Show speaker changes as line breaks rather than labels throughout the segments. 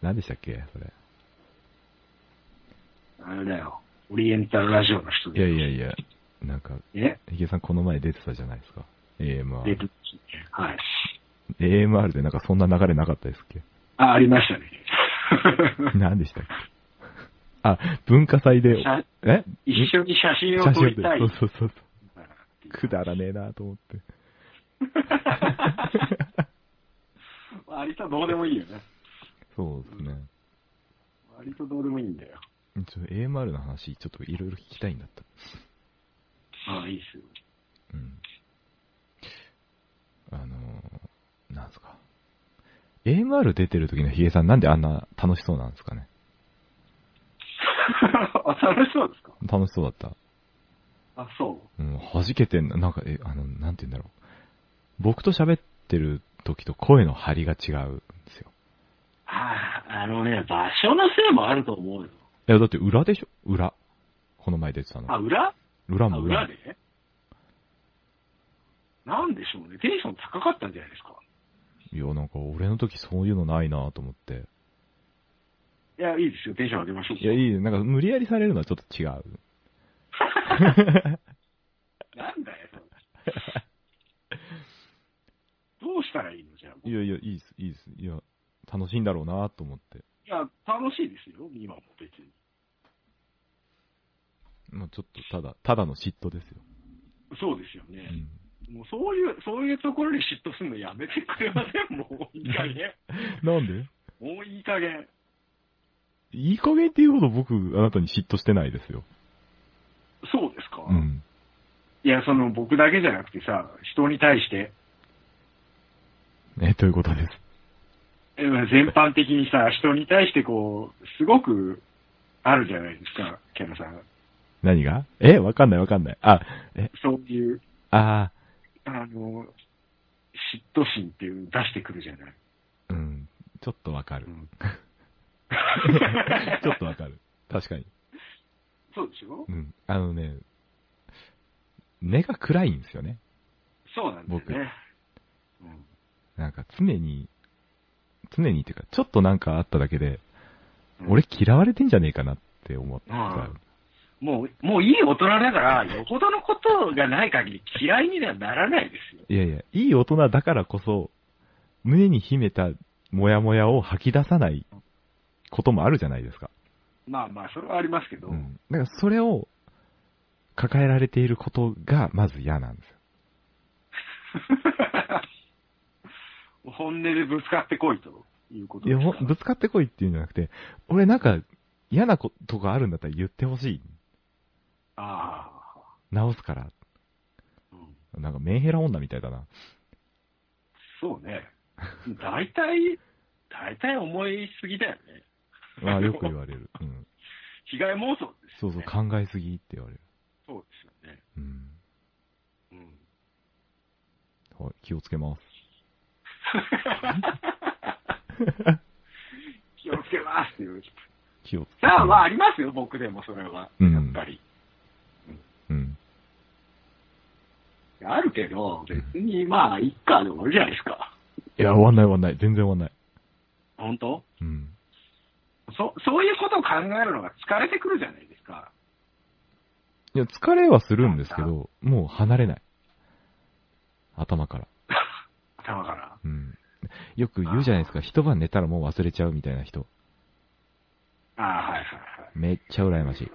何でしたっけそれ。
あれだよ。オリエンタルラジオの人
いやいや
や。
いや、なんか、
え
ヒゲさんこの前出てたじゃないですか。
出
AMR。
てきてはい。
AMR でなんかそんな流れなかったですっけ
あ、ありましたね。
何でしたっけあ、文化祭 で、
写
え
一緒に写真を
写
撮
真
りたい
そう。そうそうそう。くだらねえなと思って。
割とどうでもいいよね。
そうですね。
割とどうでもいいんだよ。
ちょっと AMR の話、ちょっといろいろ聞きたいんだった。
ああ、いいっすよ。
うん。あのー、なんすか。AMR 出てる時のヒゲさんなんであんな楽しそうなんですかね。
あ、楽しそうですか
楽しそうだった。
あ、そう。
うん、弾けてんな、なんか、え、あの、なんて言うんだろう。僕と喋ってる時と声の張りが違うんですよ。
ああ、あのね、場所のせいもあると思う
い
よ。
や、だって裏でしょ裏。この前出てたの
あ、。裏
裏
あ
も裏
裏
も。
でなんでしょうね。テンション高かったんじゃないですか。
いや、なんか俺の時そういうのないなと思って。
いや、いいですよ。テンション上げましょう。
いや、いいね。なんか無理やりされるのはちょっと違う。
なんだよ、それどうしたらいいのじゃあ。
い
い
やいや、いいです、いいです。いや、楽しいんだろうなと思って。
や、楽しいですよ。今も別に。
まあちょっと、ただ、ただの嫉妬ですよ。
そうですよ
う
ね。
ん。
もうそういう、そういうところに嫉妬するのやめてくれませんもういい加減。
なんで
もういい加減。
いい加減っていうほど僕、あなたに嫉妬してないですよ。
そうですか、
うん。
いや、その僕だけじゃなくてさ、人に対して、
え、ということです。
え全般的にさ、人に対してこう、すごくあるじゃないですか、キャラさん。
何がえ、わかんないわかんない。あ、え、
そういう、
あ
あの、嫉妬心っていうの出してくるじゃない。
ー、うん。ちょっとわかる
う。ん
ちょっとわかる。確かに。
そうでしょ
うん。あのね、根が暗いんですよね。
そうなんだよ
僕
ね。うん
なんか常に、常にっていうか、ちょっとなんかあっただけで、
うん
俺嫌われてんじゃねえかなって思ってさ
うんもう、もういい大人だから、よほどのことがない限り嫌いにはならないですよ。
いやいや、いい大人だからこそ、胸に秘めたモヤモヤを吐き出さないこともあるじゃないですか。
まあまあ、それはありますけど、
うん。だからそれを抱えられていることがまず嫌なんですよ。
本音でぶつかってこいというこ
い
とで
や、
すか
ほんぶつかってこいっていうんじゃなくて、俺なんか嫌なことがあるんだったら言ってほしい。
ああ。
直すから。
うん
なんかメンヘラ女みたいだな。
そうね。大体、大体思いすぎだよね。
まあよく言われ る。うん。
被害妄想です
そ
よ、
う
ね。
そう、考えすぎって言われる。
そうですよね。
うん。
うん。
はい、気をつけます。
気をつけますっていう。
気をつけ
さあ、まあありますよ、僕でもそれは。
うん
やっぱり。
うん。
あるけど、別にまあ、いっかで終わるじゃないですか。
いや、終わんない終わんない。全然終わんない。
本当
うん。
そそういうことを考えるのが疲れてくるじゃないですか。
いや、疲れはするんですけど、もう離れない。頭から。
頭から。
うん。よく言うじゃないですか、一晩寝たらもう忘れちゃうみたいな人。
ああ、はいはいはい。
めっちゃ羨ましい。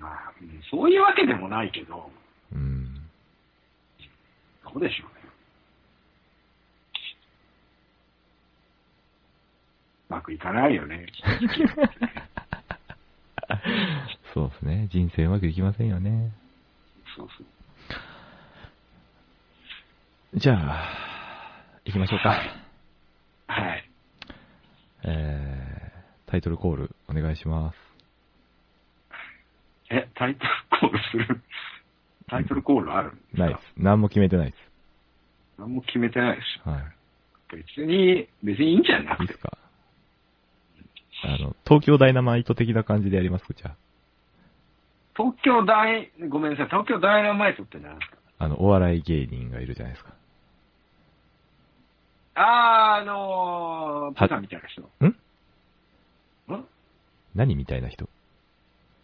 まあ、うんそういうわけでもないけど、
うん。
どうでしょうね。うまくいかないよね。
そうですね。人生うまくいきませんよね。
そうそう。
じゃあ、行きましょうか。
はい。
えー、タイトルコールお願いします。
え、タイトルコールするタイトルコールあるんですか
ないです。何も決めてないです。
何も決めてないでし
はい。
ょ。別に、別にいいんじゃない
いいですかあの、東京ダイナマイト的な感じでやりますじゃ
東京大、ごめんなさい、東京ダイナマイトって何ですか
あ。あの、お笑い芸人がいるじゃないですか。
あー、あのー、プーさんみたいな人。
ん
ん
何みたいな人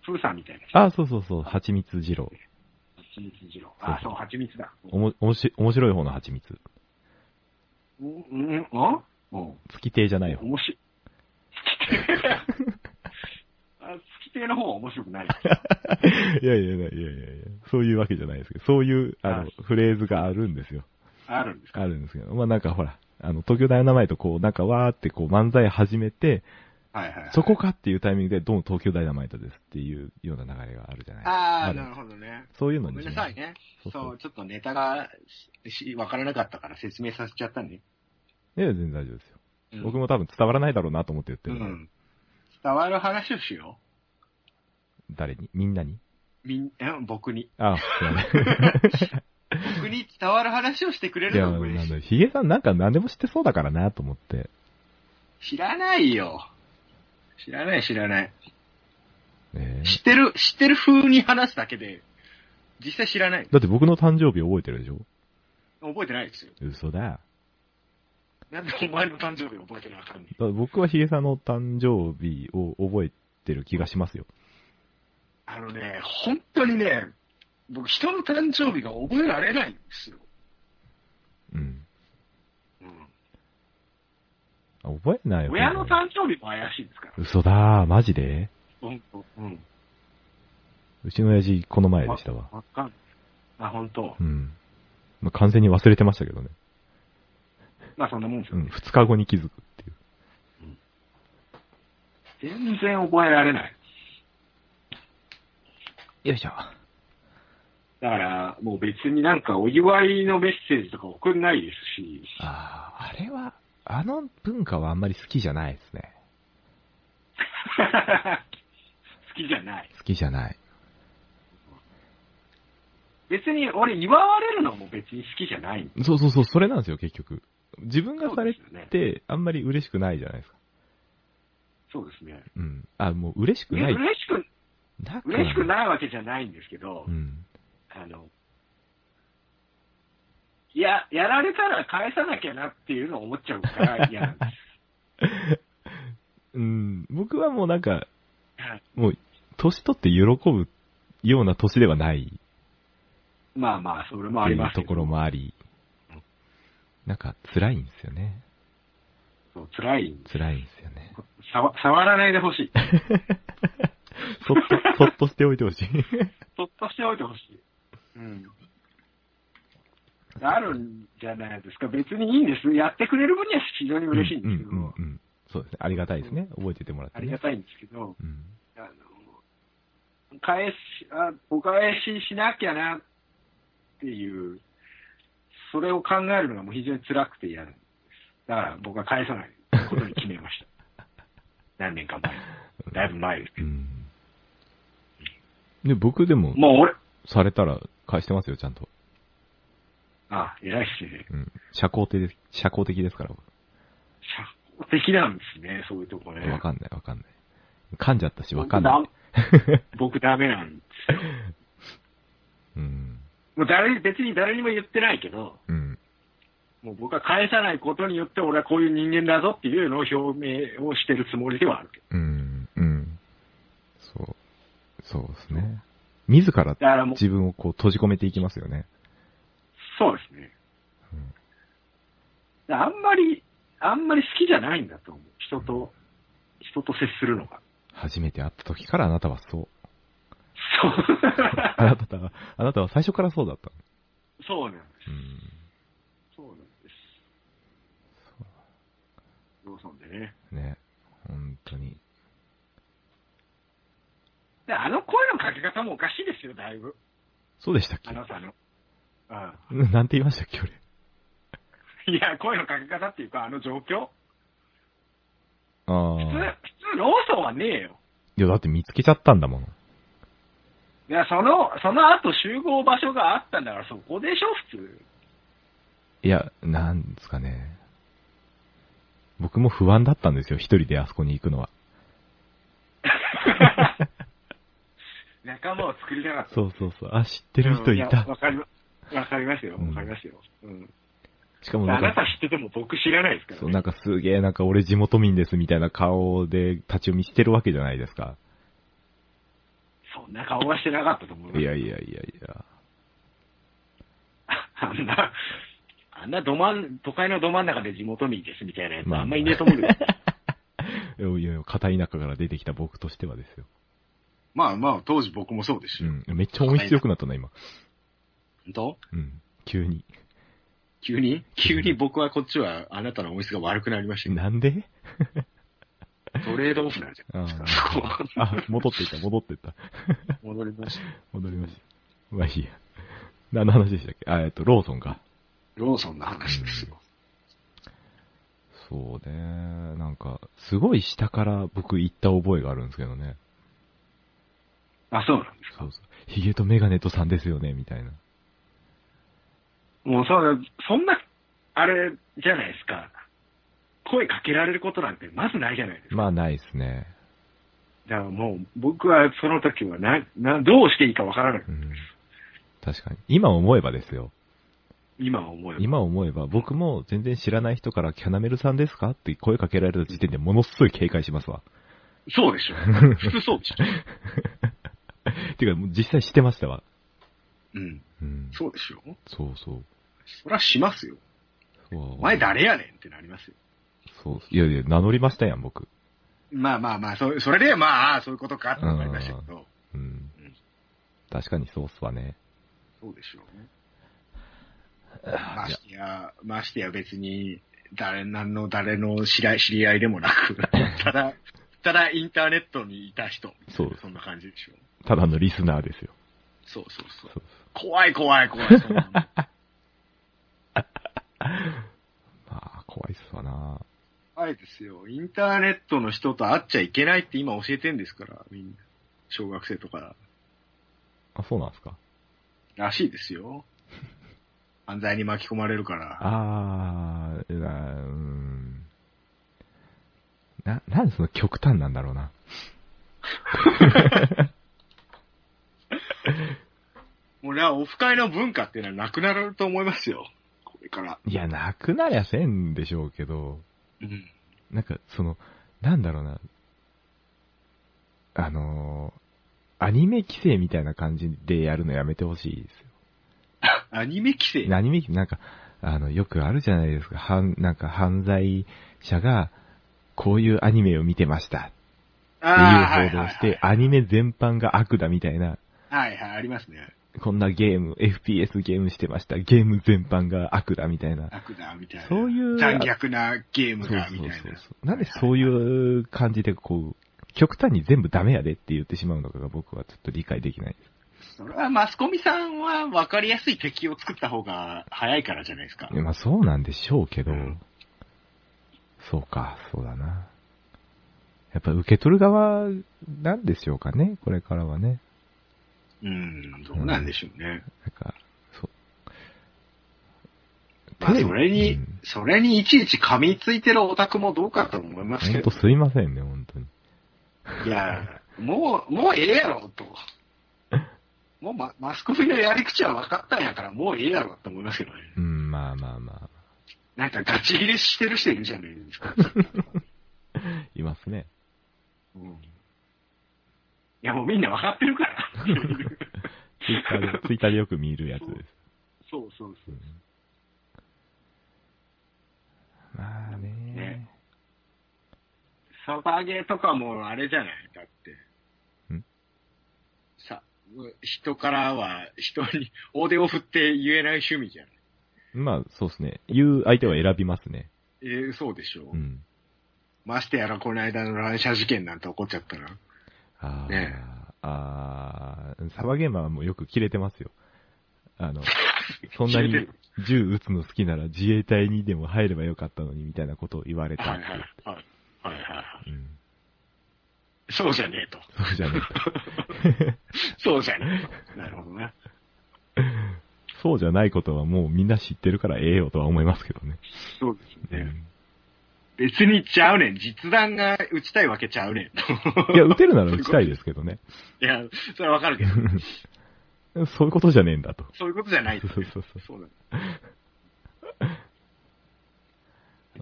プーさんみたいな人。
あ、そうそうそう、蜂蜜二郎。
蜂蜜二郎。あ、
そそ
そう
う
う、蜂蜜だ。
おも、おもし、面白い方の蜂蜜。
うん、うん、うんあうん。
月亭じゃない方。
面白い。あ月亭の方は面白くない。
いやいやいやいやいやいやそういうわけじゃないですけど、そういう、あの
は、
フレーズがあるんですよ。
あるんですか
あるんですけど、まあなんかほら、あの、東京ダイナマイトこう、なんかわーってこう漫才始めて、
はいはいはい。
そこかっていうタイミングで、どうも東京ダイナマイトですっていうような流れがあるじゃないですか。
あ
あ
あ、
るん
な
で
るほどね。
す。そういうの
ご
に、
めんなさい。ね。
そ
そうう
そう
ちょっとネタがししわからなかったから説明させちゃったね。
いや、全然大丈夫ですよ。
うん
僕も多分伝わらないだろうなと思って言って
う
るから、
ん。伝わる話をしよ
誰にみんなに
う。みん、 え僕に。
あ、すいません。
僕に伝わる話をしてくれ
い
る
や、
のが嬉
な
し
ん
い
だ、ヒゲさんなんか何でも知ってそうだからなと思って。
知らないよ。知らない知らない。
ねえ
知ってる、知ってる風に話すだけで、実際知らない。
だって僕の誕生日覚えてるでしょ
覚えてないですよ。
嘘だ。だ
なんでお前の誕生日覚えてなあかんねん
から僕はヒゲさんの誕生日を覚えてる気がしますよ。
あのね、本当にね、僕人の誕生日が覚えられないんですよ。
うん。
うん
あ覚えない方が
親の誕生日も怪しいですから。
嘘だマジで
本当。うん。
うちの親父、この前でしたわ。
わかんあ、本当
う。ん。まあ、完全に忘れてましたけどね。
まあそんなもんです
う
よ。
ん、二日後に気づくっていう。
全然覚えられない。
よいしょ。
だから、もう別になんかお祝いのメッセージとか送んないですし、
あー、あれは、あの文化はあんまり好きじゃないですね。
好きじゃない。
好きじゃない。
別に俺祝われるのも別に好きじゃない。
そうそうそう、それなんですよ、結局。自分がされ
そうですよね。
て、あんまり嬉しくないじゃないですか。
そうですね。
うん。あ、もう嬉しく
いや
ない。
嬉しく、
なくは
嬉しくないわけじゃないんですけど、
うん。
あの、いや、やられたら返さなきゃなっていうのを思っちゃう から嫌なんです。
うん。僕はもうなんか
はい、
もう、年取って喜ぶような年ではない
まあまあ、それも
っ
あ
て
り
いう
ますけ
と
ど
ころもあり、なんか辛いんですよね。
そう辛い。
辛いんですよ ね。
触触らないでほしい。
そっと、そっとしておいてほしい。
そっとしておいてほしい。うん。あるんじゃないですか。別にいいんです。やってくれる分には非常に嬉しいんですけど、
うんうんうんうんそうですね。ありがたいですね。覚えててもらって、
あ
ね。
りがたいんですけど、
うん。
あの、返し、あお返ししなきゃなっていう、それを考えるのがもう非常に辛くて嫌なんです。だから僕は返さないことに決めました。 何年か前。だいぶ前ですけ
う
ど。
ん。で、僕でも、
もう俺、
されたら返してますよ、ちゃんと。
あ、偉いっすね。
うん。社交的です、社交的ですから。
社交的なんですね、そういうとこね。
わかんない、わかんない。噛んじゃったし、わかん
僕
な
ダ
い
メ。僕ダメなんですよ。
うん。
もう誰に、別に誰にも言ってないけど、
うん。
もう僕は返さないことによって俺はこういう人間だぞっていうのを表明をしてるつもりではあるけど。
うん。うん。そう。そうですね。自ら
だからもう、
自分をこう閉じ込めていきますよね。
そうですね。だからあんまり、あんまり好きじゃないんだと思う。人と、人と接するのが。
初めて会った時からあなたはそう。
そう。
あなたは、あなたは最初からそうだった。
そうなんです。
うん。
そうなんです。ローソンでね。
ね。本当に。
で、あの声のかけ方もおかしいですよ、だいぶ。
そうでしたっけ
あなたの。う
ななんて言いましたっけ、俺。
ん。いや、声のかけ方っていうか、あの状況。普
あ
通、
あ。
普通、ローソンはねえよ。
いや、だって見つけちゃったんだもん。
いや、その、その後集合場所があったんだから、そこでしょ、普通。
いや、なんですかね。僕も不安だったんですよ、一人であそこに行くのは。
仲間を作りたかった。
そうそうそう。あ、知ってる人い
うんや
た。
わかりま、わかりますよ、
うん
わかりますよ。うん。
しかもな
あ
ん
なた
か、
知ってても僕知らないですか
そう、
ら、
なん
ね。
かすげえ、なんか俺地元民ですみたいな顔で立ち読みしてるわけじゃないですか。
そんな顔はしてなかったと思います。
い やいやいやいや。
あんな、あんなど真ん、都会のど真ん中で地元民ですみたいなやつ、
まあ
あんまいねえと 思うよ。
いやいやいや、片田舎から出てきた僕としてはですよ。
まあまあ、当時僕もそうでし
う
ょ。
ん。めっちゃ音質良くなったな、今。
本当
うん。急に。
急に
急に僕はこっちはあなたの音質が悪くなりましたよ。
なんで
トレードオフなんじゃん。
あ
そこは
ーあ、戻っていった、戻っていった。
戻りました。
戻りました。まあいいや。何の話でしたっけあ、えっと、ローソンか。
ローソンの話ですよ。
そうね。なんか、すごい下から僕行った覚えがあるんですけどね。
あ、そうなんです
そうそう。ヒゲとメガネとさんですよね、みたいな。
もうそうだ、そんな、あれじゃないですか。声かけられることなんてまずないじゃないですか。
まあないっすね。
だからもう、僕はその時はな、な、どうしていいかわからない。
うん。確かに。今思えばですよ。
今思えば。
今思えば、僕も全然知らない人からキャナメルさんですかって声かけられた時点でものすごい警戒しますわ。
そうで しょ。普通そうでしょ。
てか、もう実際してましたわ。
うん。
うん。
そうでしょ。
そうそう。
そらしますよ。
そう
お前誰やねんってなりますよ。
そう。いやいや、名乗りましたやん、僕。
まあまあまあ、そそれでまあ、そういうことかってなりましたけど。
うん
うん。
確かにそうっすわね。
そうでしょうね。ましてや、ましてや別に、誰、何の誰の知り合い知り合いでもな く、ただ、ただインターネットにいた人。
そうです
そんな感じでしょ。
ただのリスナーですよ。
そうそうそう。
そう
怖い怖い怖い。そんなの
まあ、怖いっすわな。
怖いですよ。インターネットの人と会っちゃいけないって今教えてんですから、みんな。小学生とか、
あ、そうなんすから
しいですよ。犯罪に巻き込まれるから。
あー、なうーん。な、なんでその極端なんだろうな。
もうな、オフ会の文化っていうのはなくなると思いますよ。これから。
いや、なくなりゃせんでしょうけど、
うん。
なんか、その、なんだろうな。あのー、アニメ規制みたいな感じでやるのやめてほしいですよ。
アニメ規制
アニメ規制、なんか、あの、よくあるじゃないですか。犯、なんか犯罪者が、こういうアニメを見てました。っていう報道をして、アニメ全般が悪だみたいな、
はいはいはい、はいはい、ありますね。
こんなゲーム、FPS ゲームしてました、ゲーム全般が悪だみたいな。
悪だ、みたいな。
そういう
残虐なゲーム
そう
だ、
そ
み
う
たいな。
そうそう。なんでそういう感じでこう、極端に全部ダメやでって言ってしまうのかが僕はちょっと理解できないです。
それはマスコミさんは分かりやすい敵を作った方が早いからじゃないですか。
まあそうなんでしょうけど
うん、
そうか、そうだな。やっぱ受け取る側なんでしょうかね、これからはね。
うん、どうなんでしょうね。
なんか、そう。
まあ、
テレビ
それに、
うん
それにいちいち噛みついてるオタクもどうかと思います
ほ
け
んと
ど。
すいませんね、本当に。
いや、もう、もうええやろ、と。もうママスコミのやり口は分かったんやから、もうええやろ、と思いますけどね。
うん、まあまあま
なんかガチ切れしてる人いるじゃないですか。
あ、いますね。
うん
いや、もうみんなわかってるから。
ツイッターで、ツイッターでよく見るやつです。
そうそうそう。
まあね
ね
サバゲーとかもあれじゃない
だって。
ん
さ、人からは、人に、大手を振って言えない趣味じゃない。
まあ、そうですね。言う相手は選びますね。
えーそうでしょう。
うん。
ましてやら、この間の乱射事件なんて起こっちゃったら。
あー、
ね
あー、サバゲーマーはもうよく切れてますよ。あ の、そんなに
切れて
銃撃つの好きなら自衛隊にでも入ればよかったのにみたいなことを言われた
は
っ
い
て
はいはい。はいはいはい。
うん。
そうじゃねえと。
そうじゃねえと。
そうじゃねえと。なるほどね。
そうじゃないことはもうみんな知ってるからええよとは思いますけどね。
そうです
う
ね。
ん
別にちゃうねん。実弾が打ちたいわけちゃうねんと。
いや、撃てるなら撃ちたいですけどね。
いや、それはわかるけど、
そういうことじゃねえんだと。
そういうことじゃない
そ
と。
うそうそう。
そうだね。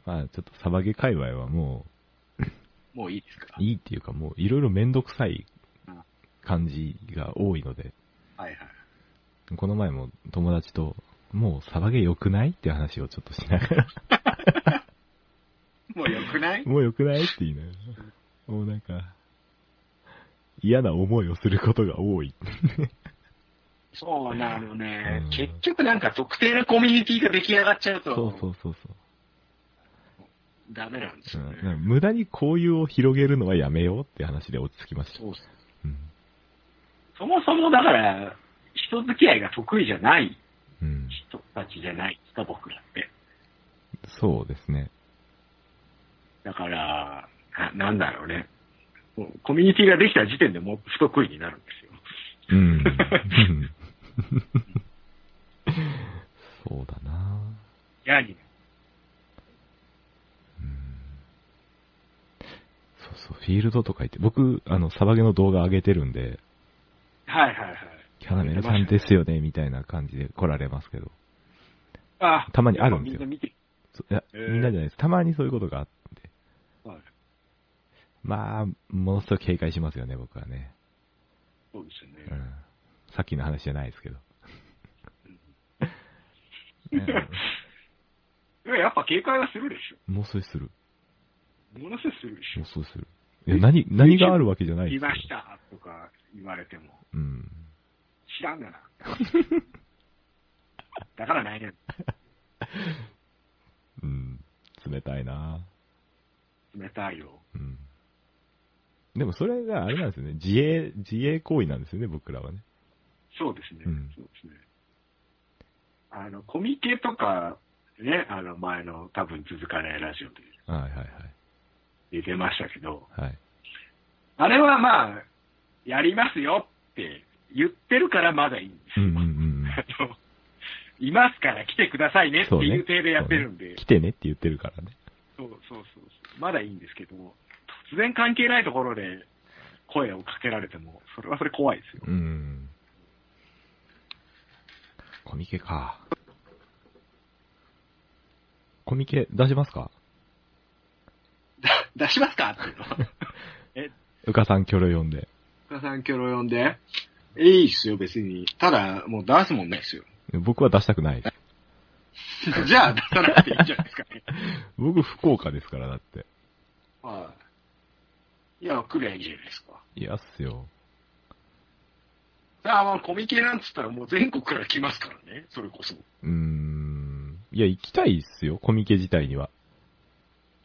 まあ、ちょっとサバゲ界隈はも
もういいですか
う、いいっていうかもう、いろいろめんどくさい感じが多いので、
はいはい。
この前も友達と、もうサバゲ良くないっていう話をちょっとしながら、
もう良くない
もう良くないって言いながら、もうなんか、嫌な思いをすることが多い。
そうなのね
うん
結局なんか特定のコミュニティが出来上がっちゃうと、
そうそうそうそう。
ダメなんです
う
よ
ん
ね。
なんか無駄に交友を広げるのはやめようって話で落ち着きました。
そうそ
う
う
ん。
そもそもだから、人付き合いが得意じゃない
うん。
人たちじゃないですか、僕らって。
そうですね。
だから、ななんだろうね。もうコミュニティができた時点でもう不得意になるんですよ。
う ん。 そうだな
嫌に
そうそう、フィールドとか行って、僕、あの、サバゲの動画上げてるんで、
はいはいはい。
キャラメルさんですよね、みたいな感じで来られますけど。
あ
たまにあるんですよ
やっぱみんな見て
そういや、
へー
みんなじゃないです。たまにそういうことがあって。
はい
まあ、ものすごい警戒しますよね、僕はね。
そうです
う
よね。
ん。さっきの話じゃないですけど。
いややっぱ警戒はするでし
妄想する。
ょ。ものすごいするでし
妄
ょ。
想する。いや、何、何があるわけじゃないで
見
すよ
ましたとか言われても、
うん。
知らんが な。だからないねん。
うん。冷たいな
冷たいよ。
うん。でもそれがあれなんですよね。自衛、自衛行為なんですよね、僕らはね。
そうですね。
うん
そうですね。あの、コミケとか、ね、あの、前の多分続かないラジオで
はいはい
出てましたけど、
はい。はい。
あれはまあ、やりますよって言ってるからまだいいんです
う
よ。
んうんうんうん。
あのいますから来てくださいねって
そう
い
ね
う体でやってるんで、
来てねって言ってるからね。
そうそうそうそうまだいいんですけども、突然関係ないところで声をかけられても、それはそれ怖いですよ。
うん。コミケか。コミケ出しますか
出しますかっていうの。
うかさんキョロ呼んで。
岡さんキョロ呼んで。いいっすよ、別に。ただ、もう出すもんないっすよ。
僕は出したくないです。
じゃあ、出さなくていいんじゃないですかね。
僕福岡ですから、だって。
はい。いや、来りゃいいじゃないですか。
いやっすよ。
さあ、まあ、コミケなんつったらもう全国から来ますからね、それこそ。
うーん。いや、行きたいっすよ、コミケ自体には。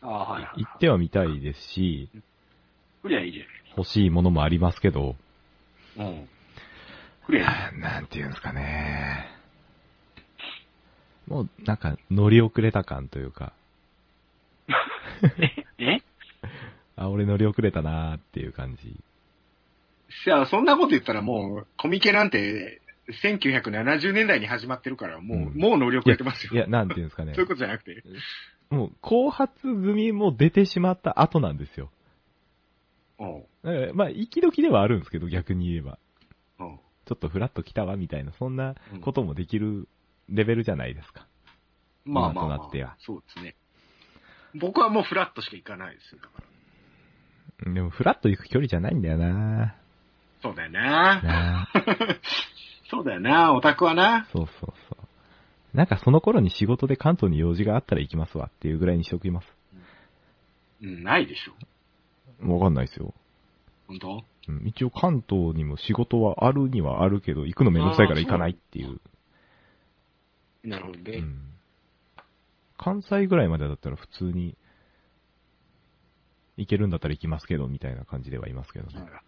ああ、はい
行ってはみたいですし、
来りゃいいじゃ
欲しいものもありますけど。
ない。うん。来りゃいい。
なんていうんですかね。もう、なんか、乗り遅れた感というか、
え
あ、俺乗り遅れたなーっていう感じ。
じゃあ、そんなこと言ったらもう、コミケなんて、1970年代に始まってるから、もう、
うん
もう能力出てますよ。
いや、なんていうんですかね
そうい。うことじゃなくて。
もう、後発組も出てしまった後なんですよ。
うん。
だからまあ、息時ではあるんですけど、逆に言えば。
うん。
ちょっとフラッと来たわ、みたいな、そんな こともできるレベルじゃないですか。
まあまあ、
今
ま
となって
あ
は、
そうですね。僕はもうフラットしか行かないですよ。だから
でも、フラッと行く距離じゃないんだよな
そうだよな。
なあ
そうだよな、オタクはな。
そうそうそう。なんかその頃に仕事で関東に用事があったら行きますわっていうぐらいにしときます。
うん、ないでしょ。
わかんないですよ。
本当
うん、一応関東にも仕事はあるにはあるけど、行くのめんどくさいから行かないっていう。
なるほど
う
ね。
ん、関西ぐらいまでだったら普通に、行けるんだったら行きますけど、みたいな感じではいますけどね。
はい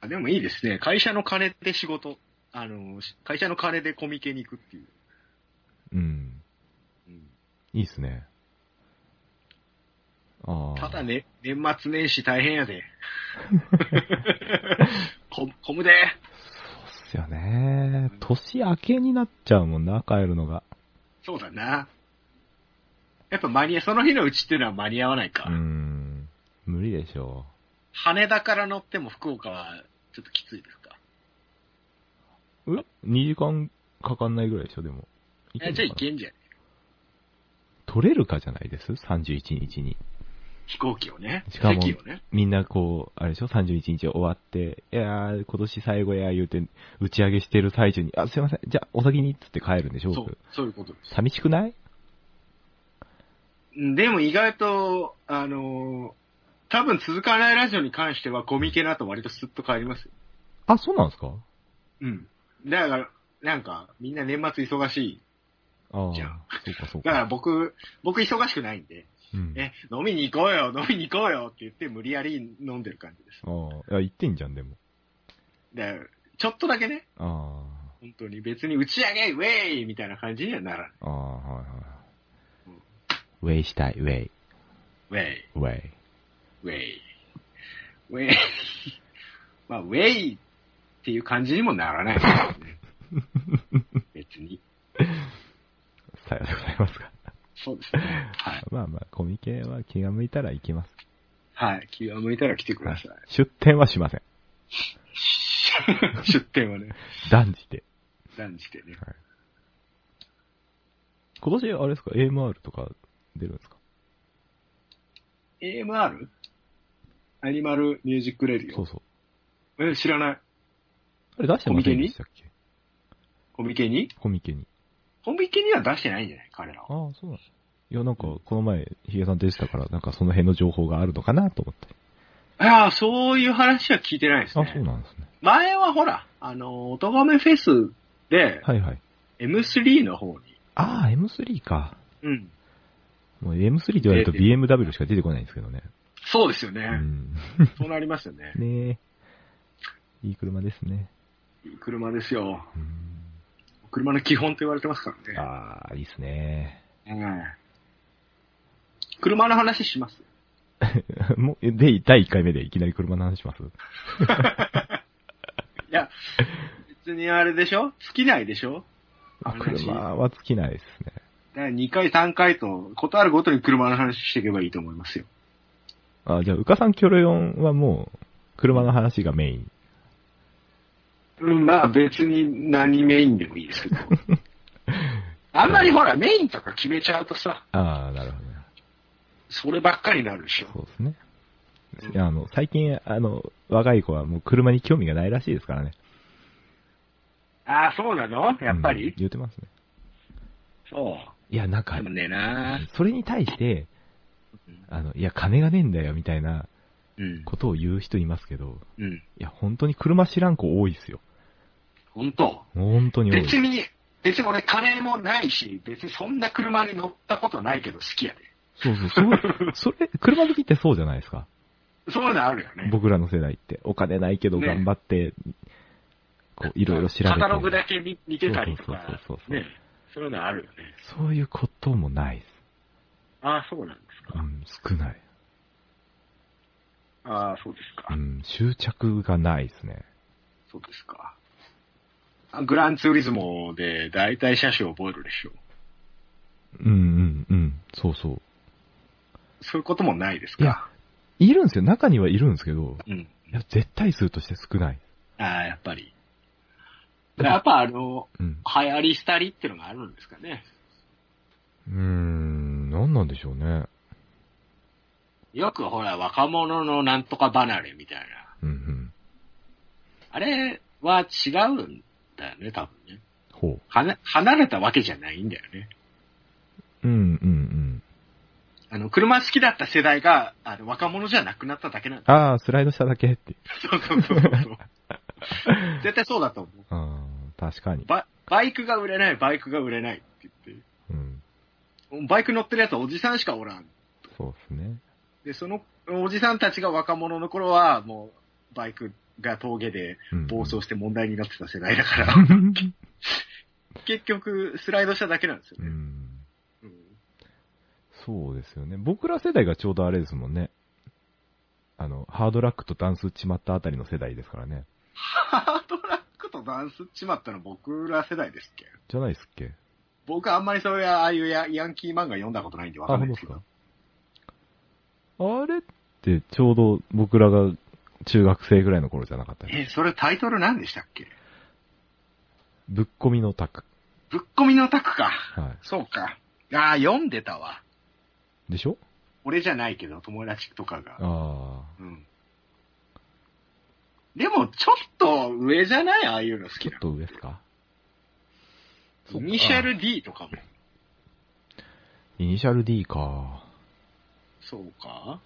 あでもいいですね。会社の金で仕事。あの、し会社の金でコミケに行くっていう。
うん。
うん
いいっすね。ああ。
ただね、年末年始大変 やで。こ、こむで。
そうっすよね。年明けになっちゃうもんな、帰るのが。
そうだな。やっぱ間に合、その日のうちっていうのは間に合わないか。
うん。無理でしょ
羽田から乗っても福岡はちょっときついですか。
う。え ?2 時間かかんないぐらいでしょ、でも。
えじゃあいけんじゃん。
と取れるかじゃないです ?31 日に。
飛行機をね。
しかも
席をね。
みんなこう、あれでしょ ?31 日終わって、いやー、今年最後や言うて、打ち上げしてる最中に、あ、すいません、じゃあお先にっつって帰るんでしょ
そ
僕
う、そういうことです。
寂しくない
うんでも意外と、あのー多分続かないラジオに関してはコミケの後割とスッと帰りますよ。
あ、そうなんですか
うん。だから、なんか、みんな年末忙しい。
ああ、
じ
そう
ゃあ
かそう
だか
か。
ら僕、僕忙しくないんで、
うん。
え、飲みに行こうよ、飲みに行こうよって言って無理やり飲んでる感じです。
ああ、いや、言ってんじゃん、でも。
で、ちょっとだけね、
あ
本当に別に打ち上げ、ウェイみたいな感じにはならない。
あ、ああ、はいはい。ウェイしたい、ウェイ、
ウェイ、
ウェイ。
ウェイ。ウェイ。 まあ、ウェイっていう感じにもならないですよ ね。別に。
さようでございますか。
そうですね。はい。
まあまあ、コミケは気が向いたら行きます。
はい。気が向いたら来てください。
出店はしません。
出店はね、
断じて。
断じてね。
今年、あれですか、AMR とか出るんですか
AMR? アニマルミュージックレディ
そ
オ
う。そう。
え、知らない。
あれ出してませんでしたっけ
コミケに
コミケに。
コミケには出してないんじゃない彼らは。
ああ、そうなんですいや、なんか、この前、ヒゲさん出てたから、なんかその辺の情報があるのかなと思って。
ああ、そういう話は聞いてないです
あそう
ね。
なんですね。
前はほら、あの、おとがめフェスで、
はいはい。
M3 の方に、
ああ、M3 か。
うん。
もう M3 って言われると
出てる
BMW しか出てこないんですけどね。
そうですよ
う
ね。
ん。
そうなりますよね。
ねえ。いい車ですね。
いい車ですよ。
うん。
車の基本と言われてますからね。
ああ、いいっすね。
うん車の話します。
もう、で、第1回目でいきなり車の話します
いや、別にあれでしょ尽きないでしょ
あ、
話
車は尽きないですね。
だから2回3回と、ことあるごとに車の話していけばいいと思いますよ。
あ、じゃあ、うかさんキョロヨンはもう、車の話がメイン。
うん、まあ別に何メインでもいいです けど。あんまりほら、メインとか決めちゃうとさ、
ああ、なるほどね。
そればっかりになるでしょ。
そうですね。いや、あの、最近、あの、若い子はもう車に興味がないらしいですからね。
ああ、そうなのやっぱり、
うん言ってますね。
そ
いや、なんか
でも、ねえな
それに対して、あの、いや、金がねえんだよ、みたいな
うん。
ことを言う人いますけど、
うん。
いや、本当に車知らん子多いっすよ。
う。本当
本当に多い。
別に、別に俺金もないし、別にそんな車に乗ったことないけど好きやで。
そうそう、そう、それ、車好きってそうじゃない ですか。
そういうのあるよね。
僕らの世代って。お金ないけど
ね
頑張って、こう、いろいろ 調べて。
カタログだけ見見てたりとか。
そうそうそうそうそう
ね。そういうのあるよね。
そういうこともないです。
ああ、そうなんです
う
か。
ん、少ない。
ああ、そうですか。
うん、執着がないですね。
そうですか。あグランツーリズモで大体車種を覚えるでしょう。
うんうんうん。そうそう。
そういうこともないです
いや
か。
いるんですよ。中にはいるんですけど、
うん。
いや、絶対数として少ない。
ああ、やっぱり。やっぱあの、
うん。
流行り廃りってのがあるんですかね。
うーん、なんなんでしょうね。
よくほら、若者のなんとか離れみたいな。
うんうん。
あれは違うんだよね、多分ね。
ほ
はな、離れたわけじゃないんだよね。
う。うんうんうん。
あの、車好きだった世代が、あの、若者じゃなくなっただけなんだ。
ああ、スライドしただけって。
そうそうそうそうそう。絶対そうだと思う。
ああ、確かに。
ババイクが売れない、バイクが売れないって言って。
うん。
バイク乗ってるやつはおじさんしかおらん。
そうですね。
で、そのおじさんたちが若者の頃は、もう、バイクが峠で
うん
暴走して問題になってた世代だから、結局、スライドしただけなんですよ
う
ね。
ん。
うん
そうですよね。僕ら世代がちょうどあれですもんね。あの、ハードラックとダンスちまったあたりの世代ですからね。
ハードラックとダンスっちまったの僕ら世代ですっけ
じゃないっすっけ
僕あんまりそういう、ああいうヤヤンキー漫画読んだことないんでわか
あ、
んな
ほ
い
んで
で
すす
けど
か。。あれってちょうど僕らが中学生ぐらいの頃じゃなかったっけ
え、それタイトル何でしたっけ
ぶっこみのタク。
ぶっ込みのタクか。
はい。
そうか。ああ、読んでたわ。
でしょ
俺じゃないけど、友達とかが。
ああ。
うん。でも、ちょっと上じゃないああいうの好
ち
き
ょ
な
っ。と上っすか
イニシャル D とかも。
イニシャル D か。
そうか。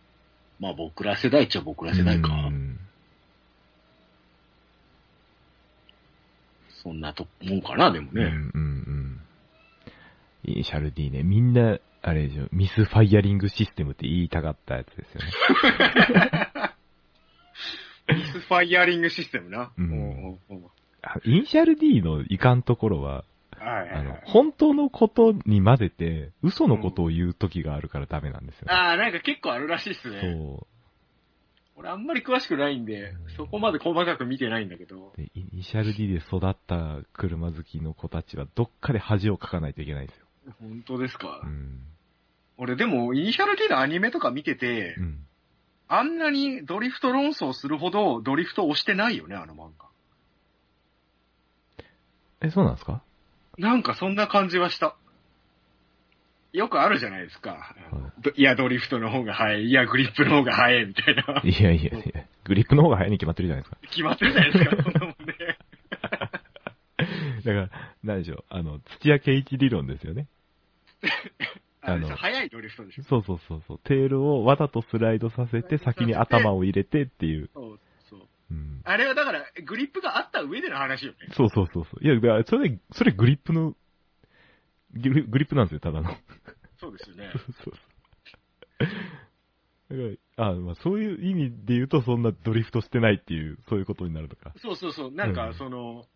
まあ僕ら世代っちゃ僕ら世代か。
うん
そんなともんかな、でも
うんう
ね。
んうん。イニシャル D ね。みんな、あれでしょ、ミスファイアリングシステムって言いたかったやつですよね。
ミスファイアリングシステムな。
うん
おうおうおう
あイニシャル D のいかんところは、
はいは
あ
いは
の
い、
本当のことに混ぜて、嘘のことを言う時があるからダメなんですよね。
ああ、なんか結構あるらしいっすね。
そ
俺あんまり詳しくないんで、そこまで細かく見てないんだけど
う。。で、イニシャル D で育った車好きの子たちは、どっかで恥をかかないといけないんですよ。
本当ですか。
うん。
俺でも、イニシャル D のアニメとか見てて、
うん。
あんなにドリフト論争するほどドリフト押してないよね、あの漫画。
え、そうなんですか
なんかそんな感じはした。よくあるじゃないですか。どいや、ドリフトの方が早い。いや、グリップの方が早い、みたいな。
いやいやいや、グリップの方が早いに決まってるじゃないですか。
決まってるじゃないですか、そんなもんね。
だから、何でしょう、あの、土屋圭一理論ですよね。
あ
あ
の、
の
早いドリフトでしょ。
そうそうそうそう。テールをわざとスライドさせて、先に頭を入れてっていう。
そうそう。
うん。
あれはだから、グリップがあった上での話よね。
そうそうそうそう。いや、だからそれ、それグリップの、グリグリップなんですよ、ただの。そう
そうですよね。
そうそう。だから、あまあ、そういう意味で言うと、そんなドリフトしてないっていう、そういうことになるのか。
そうそうそう。なん
う
か、
ん
その、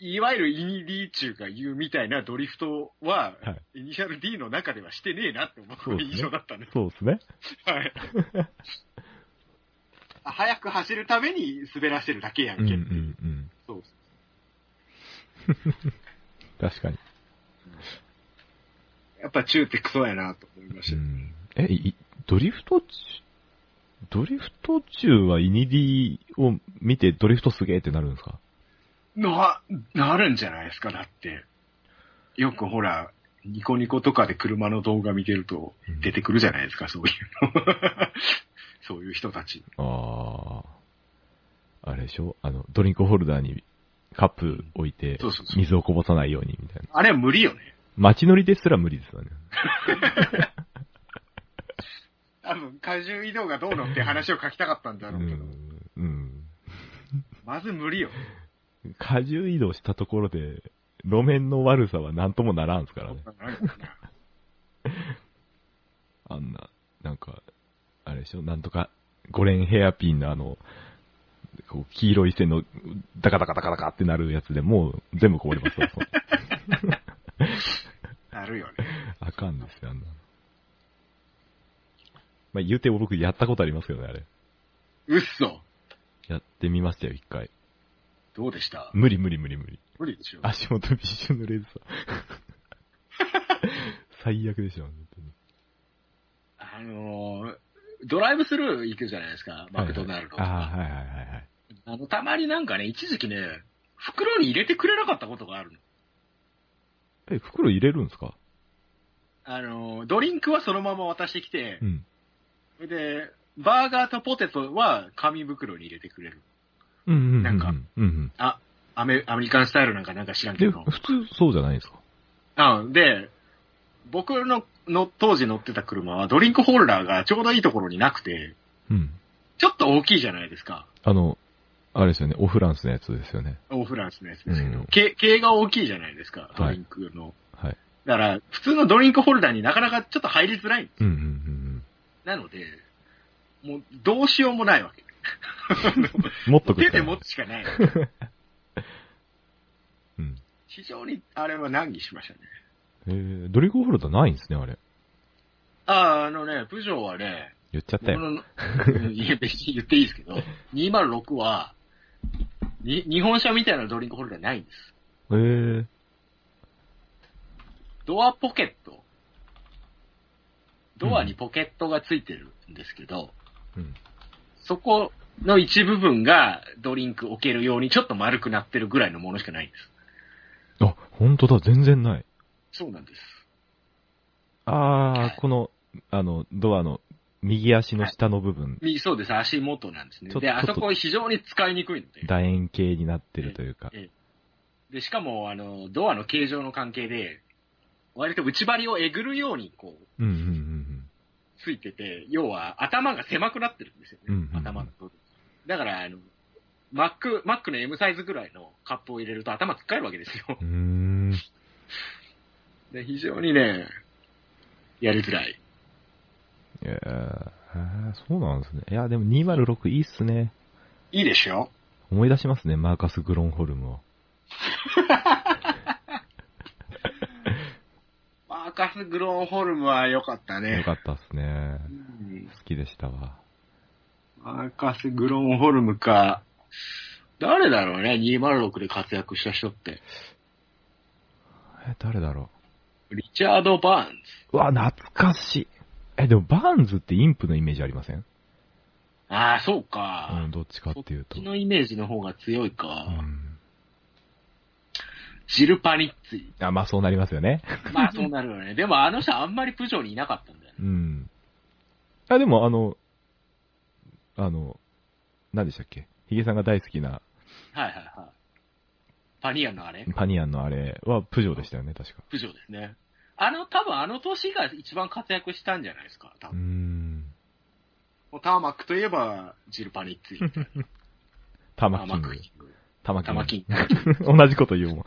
いいわゆるイニリー中が言うみたいなドリフトは、
は
イニシャル D の中ではしてねえなって僕
そう
は
ですね
印象だったんです。
そうですね。
はい。 あ早く走るために滑らせてるだけやん
うん
け。
うんうん。
そう
確かに。
やっぱ中ってクソやなと思いまし
う
た。
んえ、いドリフト中、ドリフト中はイニディを見てドリフトすげーってなるんですか
な、なるんじゃないですか、だって。よくほら、ニコニコとかで車の動画見てると
うん
出てくるじゃないですか、そういうの。 そういう人たち。
ああ。あれでしょあの、ドリンクホルダーにカップ置いて
そうそうそう、
水をこぼさないようにみたいな。
あれは無理よね。
街乗りですら無理ですよね。
多分、荷重移動がどうのって話を書きたかったんだ
う
ろうけど、
ん。うん。
まず無理よ。
荷重移動したところで、路面の悪さは何ともならんすからね。あんな、なんか、あれでしょ、なんとか、5連ヘアピンのあの、こう黄色い線の、ダカダカダカダカってなるやつでもう全部こぼれますわ、 そう
なるよね。
あかんですよ、あんなの。まあ、言うて僕やったことありますけどね、あれ。
うっそ。
やってみましたよ、一回。
どうでした
無理無理無理無理。
無理でしょ。
足元びしょ濡れてさ。 最悪でしょ、本当に。
あのー、ドライブスルー行くじゃないですか、マクドナルド。
はいはいああ、はいはいはいはい。
あの、たまになんかね、一時期ね、袋に入れてくれなかったことがあるの。
え、袋入れるんですか
あの、ドリンクはそのまま渡してきて
う、ん。
それで、バーガーとポテトは紙袋に入れてくれる。
うんうんうんうん。
なんか
うんうん。
アメアメリカンスタイルなんかなんか知らんけ
で、
ど。
普通そうじゃないですか
あで、僕のの当時乗ってた車はドリンクホルダーがちょうどいいところになくて、
うん。
ちょっと大きいじゃないですか。
あの、あれですよね、オフランスのやつですよね。
オフランスのやつですけど、
うん
け径が大きいじゃないですか
い、
ドリンクの。
はい。
だから、普通のドリンクホルダーになかなかちょっと入りづらい。
うんうんうん
なので、もうどうしようもないわけ。
うん。もっとく
手
しか
で
な
持
い
つしかない。
うん。
非常に、あれは難儀しまし
え
たね。
ー、ドリンクホルダーないんですね、あれ。
ああ、あのね、プジョーはね、
言っちゃった
僕
よ。
の、うんいや別に言っていいですけど、206は、に、日本車みたいなドリンクホルダーないんです。
えー、
ドアポケット。ドアにポケットがついてるんですけど、
うん。
そこの一部分がドリンク置けるようにちょっと丸くなってるぐらいのものしかないんです。
あ、ほんとだ、全然ない。
そうなんです。
ああ、この、あの、ドアの右足の下の部分、
みそうです、足元なんですね
ちょ。
で、あ
ちょっと
そこ非常に使いにくいので。
楕円形になってるというか。
で、しかも、あの、ドアの形状の関係で、割と内張りをえぐるように、こう、
うんうんうん
ついてて、要は頭が狭くなってるんですよね。
うんうんうん
頭の部分。だから、あの、マック、マックの M サイズぐらいのカップを入れると頭つっかえるわけですよ
う。ん。うーん。
で非常にね、やりづらい。
いやーあーそうなんですね。いや、でも206いいっすね。
いいでしょ
思い出しますね、マーカス・グロンホルムを。
マーカス・グロンホルムは良かったね。
よかったっすね。
うん
好きでしたわ。
マーカス・グロンホルムか、誰だろうね、206で活躍した人って。
え、誰だろ
リチャード・バーンズ。
う。うわ、懐かしい。え、でもバーンズってインプのイメージありません
ああ、そう
う
か
ん、。どっちかっていう
そっ
と。
ち
う
のイメージの方が強いか。
ん。
ジル・パニッツィ。
あ、まあそうなりますよね。
まあそうなるよね。でもあの人あんまりプジョーにいなかったんだよね。
うん。あ、でもあの、あの、何でしたっけヒゲさんが大好きな
はいはいはい。パニアンのあれ
パニアンのあれはプジョーでしたよね、確か。
プジョーですね。あの、多分あの年が一番活躍したんじゃないですか、多
うー
分。
ん。
もうターマックといえば、ジル・パニッツィ。
タ
タ
マキング。
ング。
タマキ
タ
ング
マ。キング。
同じこと言うもん。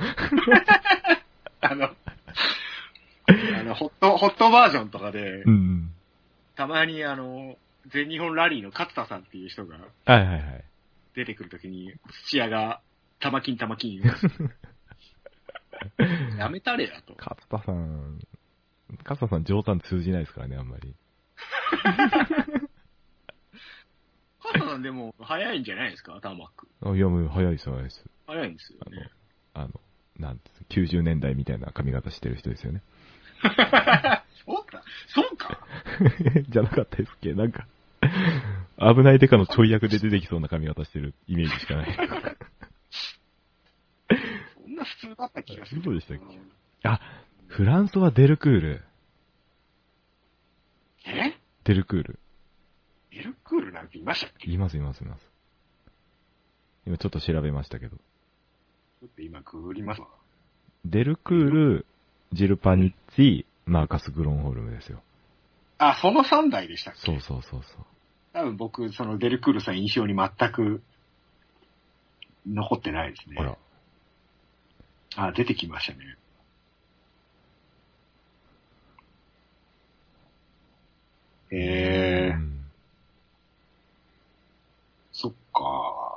あの、あの、ホット、ホットバージョンとかで
う、ん。
たまにあの、全日本ラリーの勝田さんっていう人が
はいはいはい。
出てくるときに、土屋が、玉金玉金言います。やめたれやと。
勝田さん、勝田さん上談通じないですからね、あんまり。
勝田さんでも早いんじゃないですか、ターマック。
あいや、もう早いです、早いです。
早いんですよね。
あの、なんです90年代みたいな髪型してる人ですよね。
そうかそうか
じゃなかったですっけなんか、危ないデカのちょい役で出てきそうな髪型してるイメージしかない。
そんな普通だった気がする。
そうでしたっフランスはデルクール。
え
デルクール。
エルクールなんていましたっけち
いますいますいます。今ちょっと調べましたけど。
ょっと今ググりますわ。
デルクール、ジルパニッツィ、マーカス・グロンホルムですよ。
あ、その3台でしたっけ
そうそうそうそう。
多分僕、そのデルクールさん印象に全く残ってないですね。
ほら。
あ、出てきましたね。え
う
ー、
ん
そっか。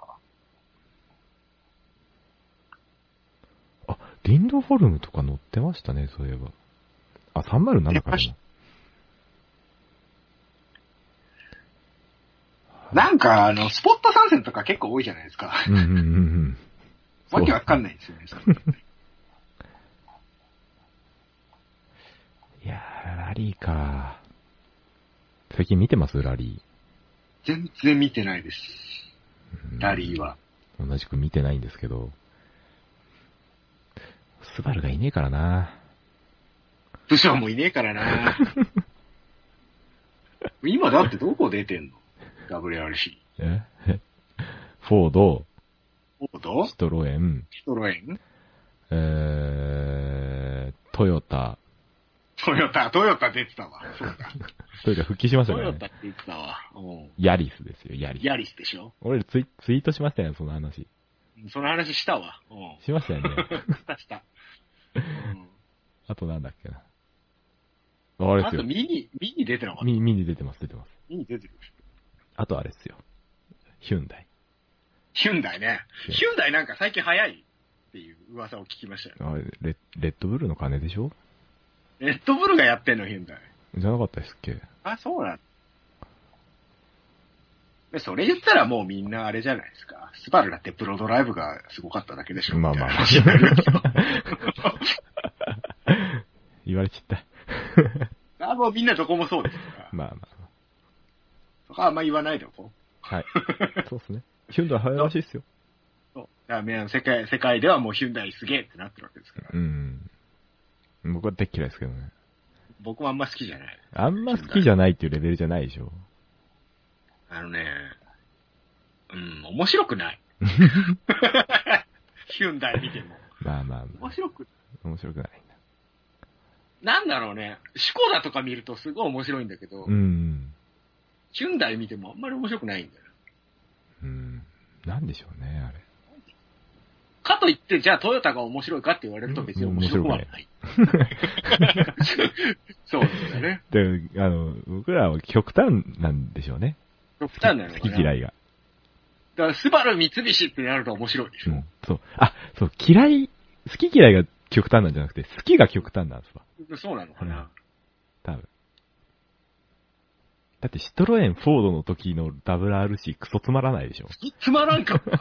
リンドフォルムとか乗ってましたね、そういえば。あ、307かでも。
なんか、あの、スポット参戦とか結構多いじゃないですか。
うんうんうんうん。
わけわかん
い。
ないですよね。
いやー、ラリーか。最近見てますラリ
全然見てないです。
ー。
ラリーは。
うん。同じく見てないんですけど。スバルがいねえからな。
部長もいねえから な今だってどこ出てんの ?WRC。
え フォード、
オード
シトロエン、
ストロエン
えー、トヨタ。
トヨタ、トヨタ出てたわ。そうだ。
トヨタ復帰しました
ト
か
ヨ
ら
タ
ね。
って言ってたわ。うん。
ヤリスですよ、ヤリス。
ヤリスでしょ
俺らツイツイートしましたよ、その話。
その話したわ。うん。
しましたよ ね。
したした。うん。
あとなんだっけな。あれで
あ
す
と
よ。
ミニ、ミニ出てなかった。
ミミニ出てます、出てます。
ミニ出てる。
あとあれですよ。ヒュンダイ。
ヒュンダイね。ヒュンダイなんか最近早いっていう噂を聞きましたよ。
あれレレッドブルの金でしょ
レッドブルがやってんの、ヒュンダイ。
じゃなかったですっけ
あ、そうなんでそれ言ったらもうみんなあれじゃないですか。スバルだってプロドライブがすごかっただけでしょ。
まあまあ
みたいな話になるけど
言われちゃった。
あ、もうみんなどこもそうですから。
まあまあま
そこはあんま言わないでおこう。
あ。はい。そうっすね。ヒュンダイ早いらしいっすよ。
そう。だからみんな世界、世界ではもうヒュンダイすげえってなってるわけですから。
うん。僕はでっ嫌いですけどね。
僕もあんま好きじゃない。
あんま好きじゃないっていうレベルじゃないでしょ。
あのね、うん、面白 くない。ヒュンダイ見ても。
まあまあま
面白く、
あ、面白くないんだ。
なんだろうね、シコダとか見るとすごい面白いんだけど、
うん。
ヒュンダイ見てもあんまり面白くないんだよ。
うん。なんでしょうね、あれ。
かといって、じゃあトヨタが面白いかって言われると別に面白くはない。そうですよね。
で、あの、僕らは極端なんでしょうね。
極端なのかな。
好き嫌いが。
だから、スバル、三菱ってなると面白いでし
う
ょ。
ん。そう。あ、そう、嫌い、好き嫌いが極端なんじゃなくて、好きが極端なんですわ。
そうなのかな。
多分。だってシトロエンフォードの時の WRC クソつまらないでしょ。
つまらんかも。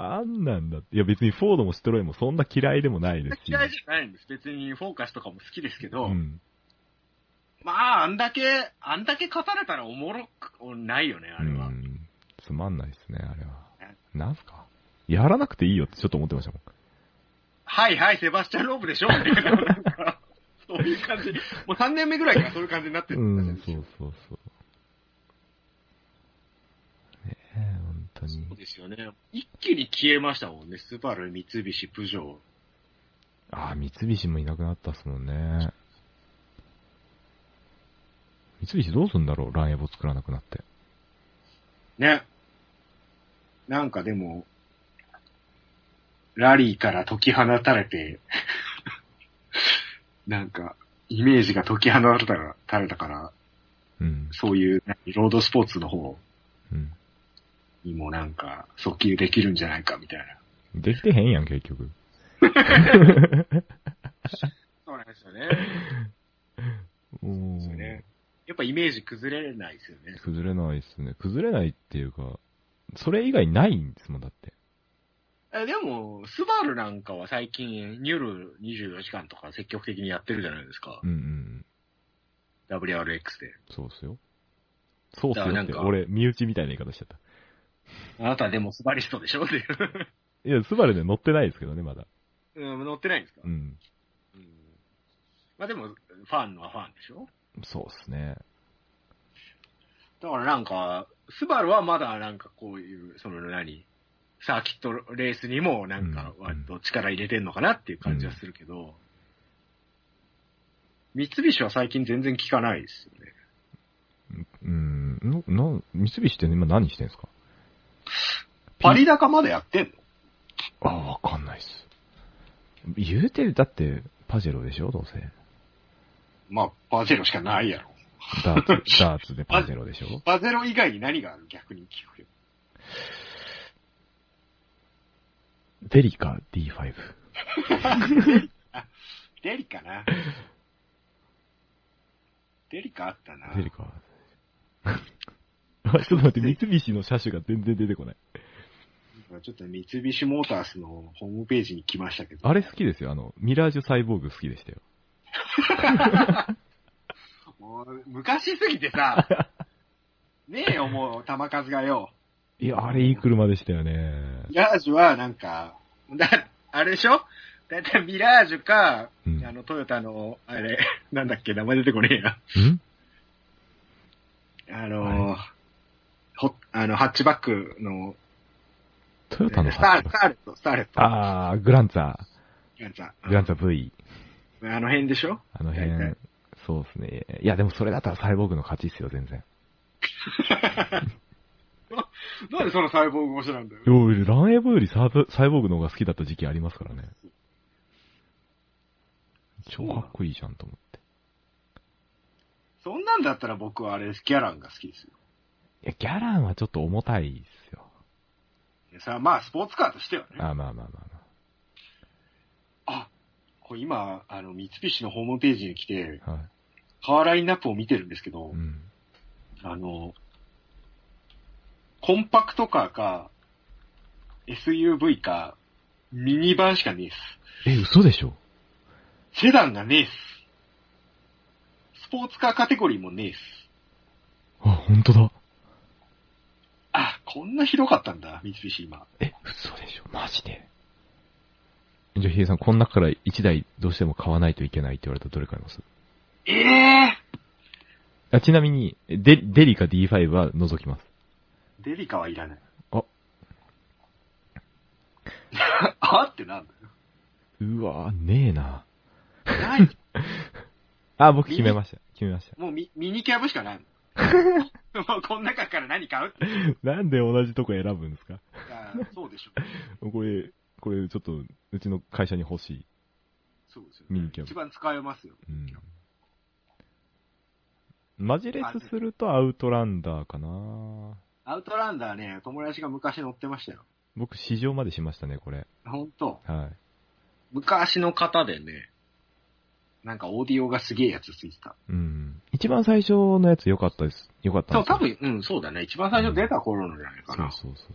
あんなんだって。いや別にフォードもシトロエンもそんな嫌いでもないですし。
嫌いじゃないんです。別にフォーカスとかも好きですけど、
うん。
まあ、あんだけ、あんだけ語れたらおもろくないよね、あ
う
れは。
ん。つまんないですね、あれは。なんすかやらなくていいよってちょっと思ってましたもん。
はいはい、セバスチャン・ロープでしょみたいな。なんかそういう感じ。もう3年目ぐらいからそういう感じになってる
うん
だ
ん、そうそうそう。ねえ、本当に
そう。ですよね。一気に消えましたもんね。スバル、三菱、プジョー。
ああ、三菱もいなくなったっすもんね。三菱どうすんだろうランエボ作らなくなって。
ね。なんかでも、ラリーから解き放たれて、 なんか、イメージが解き放たれたたれたから、
うん。
そういう、何ロードスポーツの方
うん。
にもなんか、訴求できるんじゃないか、みたいな。
できてへんやん、結局。
そうなんですよね。
も
そうね。やっぱイメージ崩れないですよね。
崩れないっすね。崩れないっていうか、それ以外ないんですもん、だって。
えでも、スバルなんかは最近、ニュル24時間とか積極的にやってるじゃないですか
う。んうん。
WRX で。
そうっすよ。そうっす
だから
よ
な
っ
ん
て、
か
俺、身内みたいな言い方しちゃった。
あなたはでもスバリストでしょっていう。
いや、スバルね、乗ってないですけどね、まだ。
うん、乗ってないんですか
うん。
うんまあでも、ファンはファンでしょ
そうっすね。
だからなんか、スバルはまだなんかこういう、その何、サーキットレースにもなんか
うん
割と力入れてんのかなっていう感じはするけど、三菱は最近全然聞かないですよね。
うん。のな、三菱って今何してんすか
パリ高までやってん
あ
の
あ、わかんないっす。言うて、だって、パジェロでしょ、どうせ。
まあ、パゼロしかないやろ。
ダー ツ、ダーツでパジェロでしょ。
パゼロ以外に何がある逆に聞くよ。
デリカ D5。
デリか な。デリかあったな。
デリカ。あ ちょっと待って、三菱の車種が全然出てこない。
ちょっと三菱モータースのホームページに来ましたけど。
あれ好きですよ、あの、ミラージュサイボーグ好きでしたよ。
もう昔すぎ てさ、ねえよ、もう、球数がよ。
いや、あれいい車でしたよね。
ミラージュはなんか、だ、あれでしょだいたいミラージュか、
うん
あの、トヨタの、あれ、なんだっけ、名前出てこね
ん
えな。あのー、ほ、あの、ハッチバックの、
トヨタの
ス
ハッ
ター、
チ
スターレット、スターレット。
あー、グランツァ
なんか
ー。グランツァ V。
あの辺でしょ
あの
大
辺
体、
そうですね。いや、でもそれだったらサイボーグの勝ちっすよ、全然。
なんでその細胞合成なんだよ
いや、俺ランエボよりサーブサイボーグの方が好きだった時期ありますからね。超かっこいいじゃんと思って。
そんなんだったら僕はあれ、ギャランが好きですよ。
いや、ギャランはちょっと重たいっすよ。
いやさ、まあ、スポーツカーとしてはね。
あ、まあまあまあま
あ、これ今、あの、三菱のホームページに来て、
あ。はい。
カーラインナップを見てるんですけど、
うん。
あの、コンパクトカーか、SUV か、ミニバンしかねえっす。
え、嘘でしょ
セダンがねえっす。スポーツカーカテゴリーもねえっす。
あ、本当だ。
あ、こんなひどかったんだ、三菱今。
え、嘘でしょマジで。じゃあ、ヒデさん、この中から1台どうしても買わないといけないって言われたらどれ買います
ええ
あちなみに、デデリカ D5 は除きます。
ー、デリカはいらない。
あ。
あってなんだよ。
うわぁ、ねえな
ない。
あ、僕決めました。決めました。
もうミミニキャブしかないの。もうこの中から何買うって
なんで同じとこ選ぶんですか
言ったらそうでしょ。
これ、これちょっと、うちの会社に欲しい。
そうですよ、
ミニキャブ
一番使えますよ。
うん。マジレスするとアウトランダーかな
アウトランダーね、友達が昔乗ってましたよ。
僕、試乗までしましたね、これ。
ほんと。
はい。
昔の方でね、
なんかオーディオがすげえやつついてた。
うん。一番最初のやつ良かったです。良かったん
そう、
ですよ
多分、うん、そうだね。一番最初出た頃のじゃないかな。
そうそうそ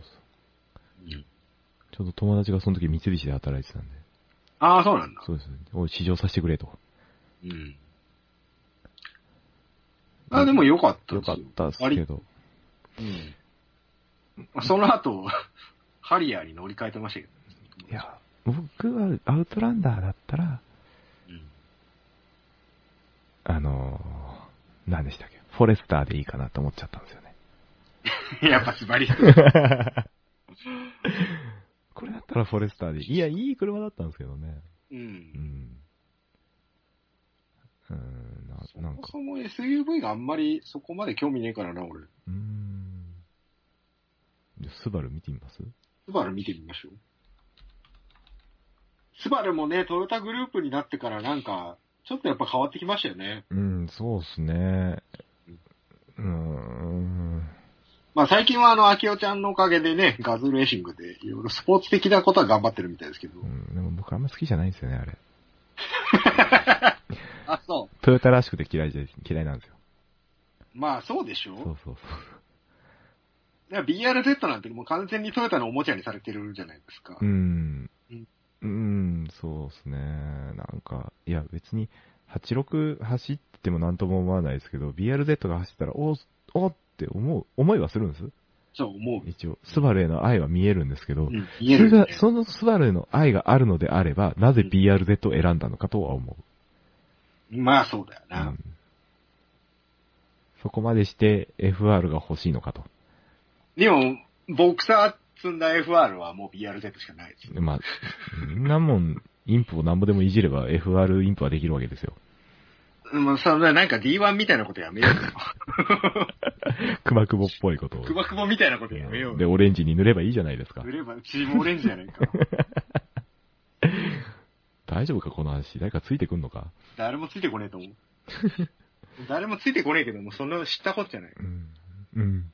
うそう。
うん
ちょうど友達がその時三菱で働いてたんで。
ああ、そうなんだ。
そうです。おい、試乗させてくれと。
うん。あでも良かった
よ
です
か
よ。
ったっすけど。
うん。その後、 ハリアーに乗り換えてましたけど。
いや、僕はアウトランダーだったら、
うん。
あのー、何でしたっけフォレスターでいいかなと思っちゃったんですよね。
やっぱスバリス。
これだったらフォレスターでいい。いや、いい車だったんですけどね。
う。
うんん。うん、ななんか
そ、もそも SUV があんまりそこまで興味ねえからな、俺。
うーん。じゃあスバル見てみます
スバル見てみましょう。スバルもね、トヨタグループになってからなんか、ちょっとやっぱ変わってきましたよね。
うん、そうっすね。うーん。
まあ最近はあの、秋代ちゃんのおかげでね、ガズレーシングでいろいろスポーツ的なことは頑張ってるみたいですけど
う。ん、でも僕あんま好きじゃないんですよね、あれ。
あ、そ
トヨタらしくて嫌いじゃ、嫌いなんですよ。
う。まあそうでしょ
そうそうそう。
いや BRZ なんてもう完全にトヨタのおもちゃにされてるじゃないですか。
うん
うん。
うん、そうですね。なんか、いや別に、86走ってもなんとも思わないですけど、BRZ が走ったら、おおって思う、思いはするんです
そう思う。
一応、スバルへの愛は見えるんですけど、
うん、
そ
言え
れ
る、ね
が、。そのスバルへの愛があるのであれば、なぜ BRZ を選んだのかとは思う。
まあそうだよ
う
な。
んそこまでして FR が欲しいのかと。
でも、ボクサー積んだ FR はもう BRZ しかないです。
まあ、みんなもん、インプをなんぼでもいじれば FR インプはできるわけです よ。
まあそんななんか D1 みたいなことやめようよ。
熊久保っぽいことを。
クバクボみたいなことやめよう
で、
よ。
オレンジに塗ればいいじゃないですか
売。れば、チームオレンジじゃないか。
大丈夫かこの話。誰かついてくんのか
誰もついてこねえと 思う。誰もついてこねえけども、その知ったことじゃない。
うん。うん。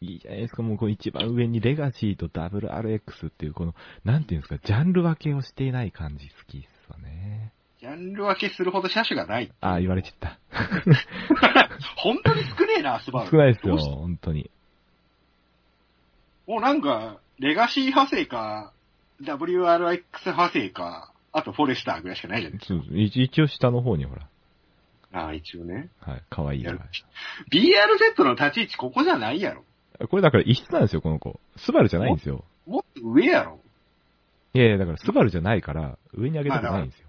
いいじゃないですか。もうこう一番上にレガシーと WRX っていうこの、なんていうんですか、ジャンル分けをしていない感じ好きっすわね。
ジャンル分けするほど車種がない。
ああ、言われちゃっ
本当に少ねえな、スバ
た。
ル。
少ないですよ、
どうし
本当に。
もうなんか、レガシー派生か、WRX 派生か、あとフォレスターぐらいしかないじゃない
そう一一応下の方にほら、
ああ、一応ね。
はい、可愛い
や
か
る BRZ の立ち位置ここじゃないやろ。
ら。これだから異質なんですよ、この子。スバルじゃないんですよ。
もっと上やろ。
いやいや、だからスバルじゃないから、上に上げたくないんですよ。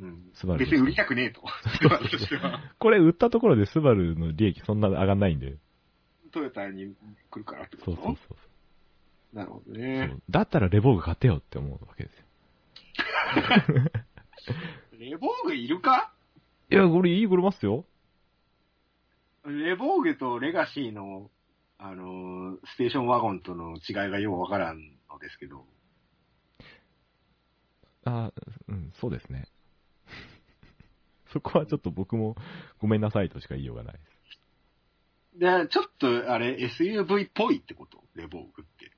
うん。
スバル
別に売りたくねえと。スバルとしては。
これ売ったところでスバルの利益そんな上がんないんで。
トヨタに来るからってこ
そ
と
うそうそうそう。
なるほど
そ
ね。
うだったらレボーグ買ってよって思うわけですよ。
レボーグいるか
いや、これいい車っすよ。
レボーグとレガシーの、あのーステーションワゴンとの違いがようわからんのですけど。
あうん、そうですね。 そこはちょっと僕もごめんなさいとしか言いようがないです。
で、ちょっと、あれ、SUV っぽいってことレボーグって。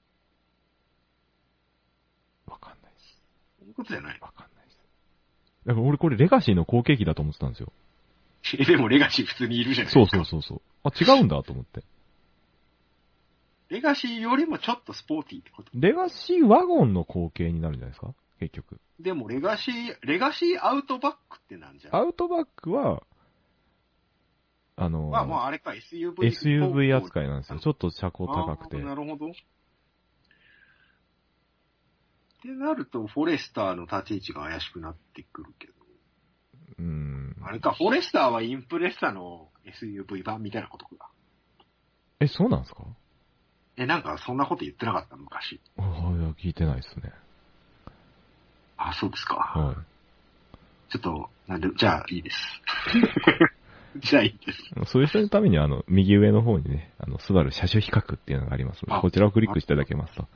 わかんないです。
そういうことじゃない
わかんないです。だから俺これレガシーの後継機だと思ってたんですよ。
のでもレガシー普通にいるじゃない
そ
で
う
すか。
そうそうそう。あ、違うんだと思って。
レガシーよりもちょっとスポーティーってこと。
レガシーワゴンの後継になるんじゃないですか結局。
でもレガシー、レガシーアウトバックってなんじゃん。
アウトバックは、あの、
まあまああれか、SUV。
SUV 扱
い。
いなんですよ。ちょっと車高高くて
あー。なるほど。ってなると、フォレスターの立ち位置が怪しくなってくるけど。
うん。
あれか、フォレスターはインプレッサの SUV 版みたいなことか。
え、そうなんですか
え、なんかそんなこと言ってなかった、昔。
あいや聞いてないですね。
あ、そうですか。
は
ちょっと、なんで、じゃあいいです。 じゃあいいです。
い。そういう人のためには、あの、右上の方にね、あの、スバル車種比較っていうのがありますので、
あ
こちらをクリックしていただけますと。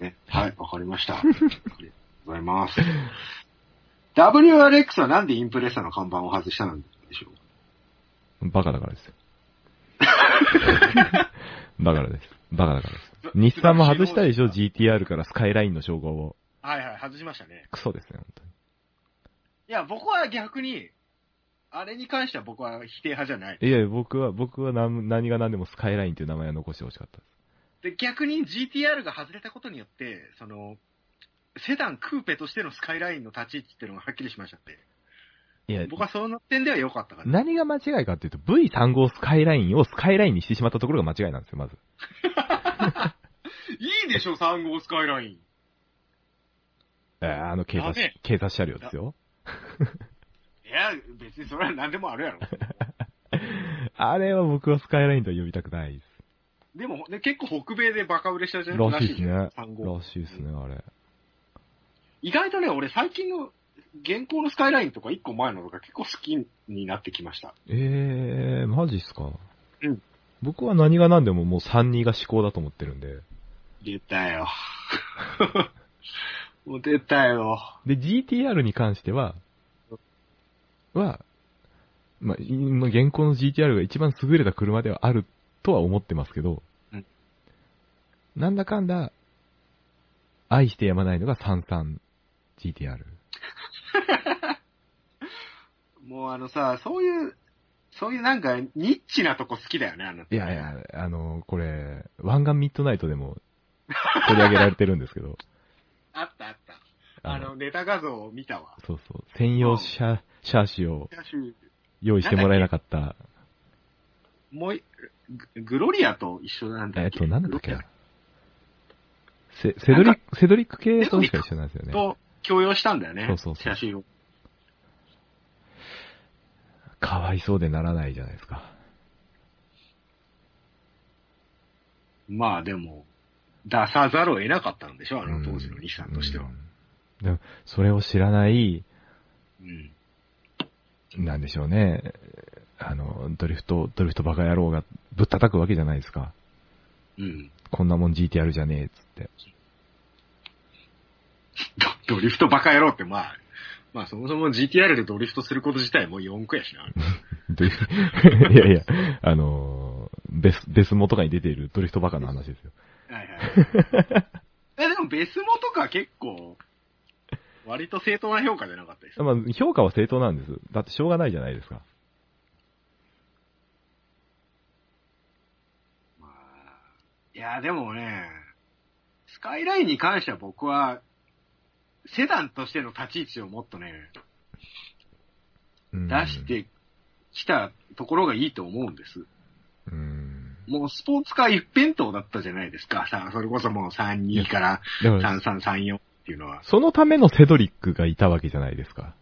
ね、はい、わかり ました。ありがとうございます。WRX はなんでインプレッサの看板を外したんでしょう
バカだか らですよ。バカだです。バカだからです。日産も外したでしょ ?GTR からスカイラインの称号を。
はいはい、外しましたね。
クソですね、本当に。
いや、僕は逆に、あれに関しては僕は否定派じゃない。
いやいや、僕は、僕は何何が何でもスカイラインという名前は残してほしかったで
で、逆に GTR が外れたことによって、その、セダンクーペとしてのスカイラインの立ち位置っていうのがはっきりしましたって。
す。いや、
僕はその点では良かったから。
何が間違いかっていうと、V3 号スカイラインをスカイラインにしてしまったところが間違いなんですよ、まず。
いいでしょ、3号スカイライン。
えーあの警察
ダメ、
警察車両ですよ。
いや、別にそれは何でもあ るやろ。
あれは僕はスカイラインとは呼びたくないです。
でも、ね、結構北米でバカ売れしたじゃない
らしいですね。ら
3号。
しいですね、あれ。
意外とね、俺最近の、現行のスカイラインとか1個前のとか結構好きになってきました。
えー、マジっすか。
うん
僕は何が何でももう32が至高だと思ってるんで。
出 たよ。もう出たよ。
で、GTR に関しては、は、まあ、今現行の GTR が一番優れた車ではあるとは思ってますけど、
うん
なんだかんだ、愛してやまないのが 33GTR。
もうあのさ、そういう、そういうなんかニッチなとこ好きだよね、あの。
いやいや、あの、これ、ワンガンミッドナイトでも取り上げられてるんですけど、
あったあった。
あ
あ
の
の、ネタ画像を見たわ。
そうそう、専用車、シャーシを用意してもらえなかった、
もうい、ググロリアと一緒なんだ
えっ
っけ
と、なんだったっけ
グロ
な。セ、セドリック、セドリック系としか一緒なんですよね。
リアと共用したんだよね。
そうそうそう
写真を。
かわいそうでならないじゃないですか。
まあでも、出さざるを得なかったんでしょ、あの当時の日産としては
う。ん。でも、それを知らない、
うん。
なんでしょうね、あの、ドリフト、ドリフトバカ野郎がぶったたくわけじゃないですか。
うん。
こんなもん GTR じゃねえ、つって。
ドドリフトバカ野郎ってまあ、まあそもそも GTR でドリフトすること自体もう4区やしな。
ドリフ いやいや、あの、ベス、ベスモとかに出ているドリフトバカの話ですよ。
はいはい。 え、でもベスモとか結構、割と正当な評価じゃなかったです。
まあ、評価は正当なんです。だってしょうがないじゃないですか。
まあ、いや、でもね、スカイラインに関しては僕は、セダンとしての立ち位置をもっとね、
うん
出し。てきたところがいいと思うんです。
うん。
もうスポーツカー一辺倒だったじゃないですか。さあ、それこそもう32から
だから、
3334っていうのは。
そのためのセドリックがいたわけじゃないですか。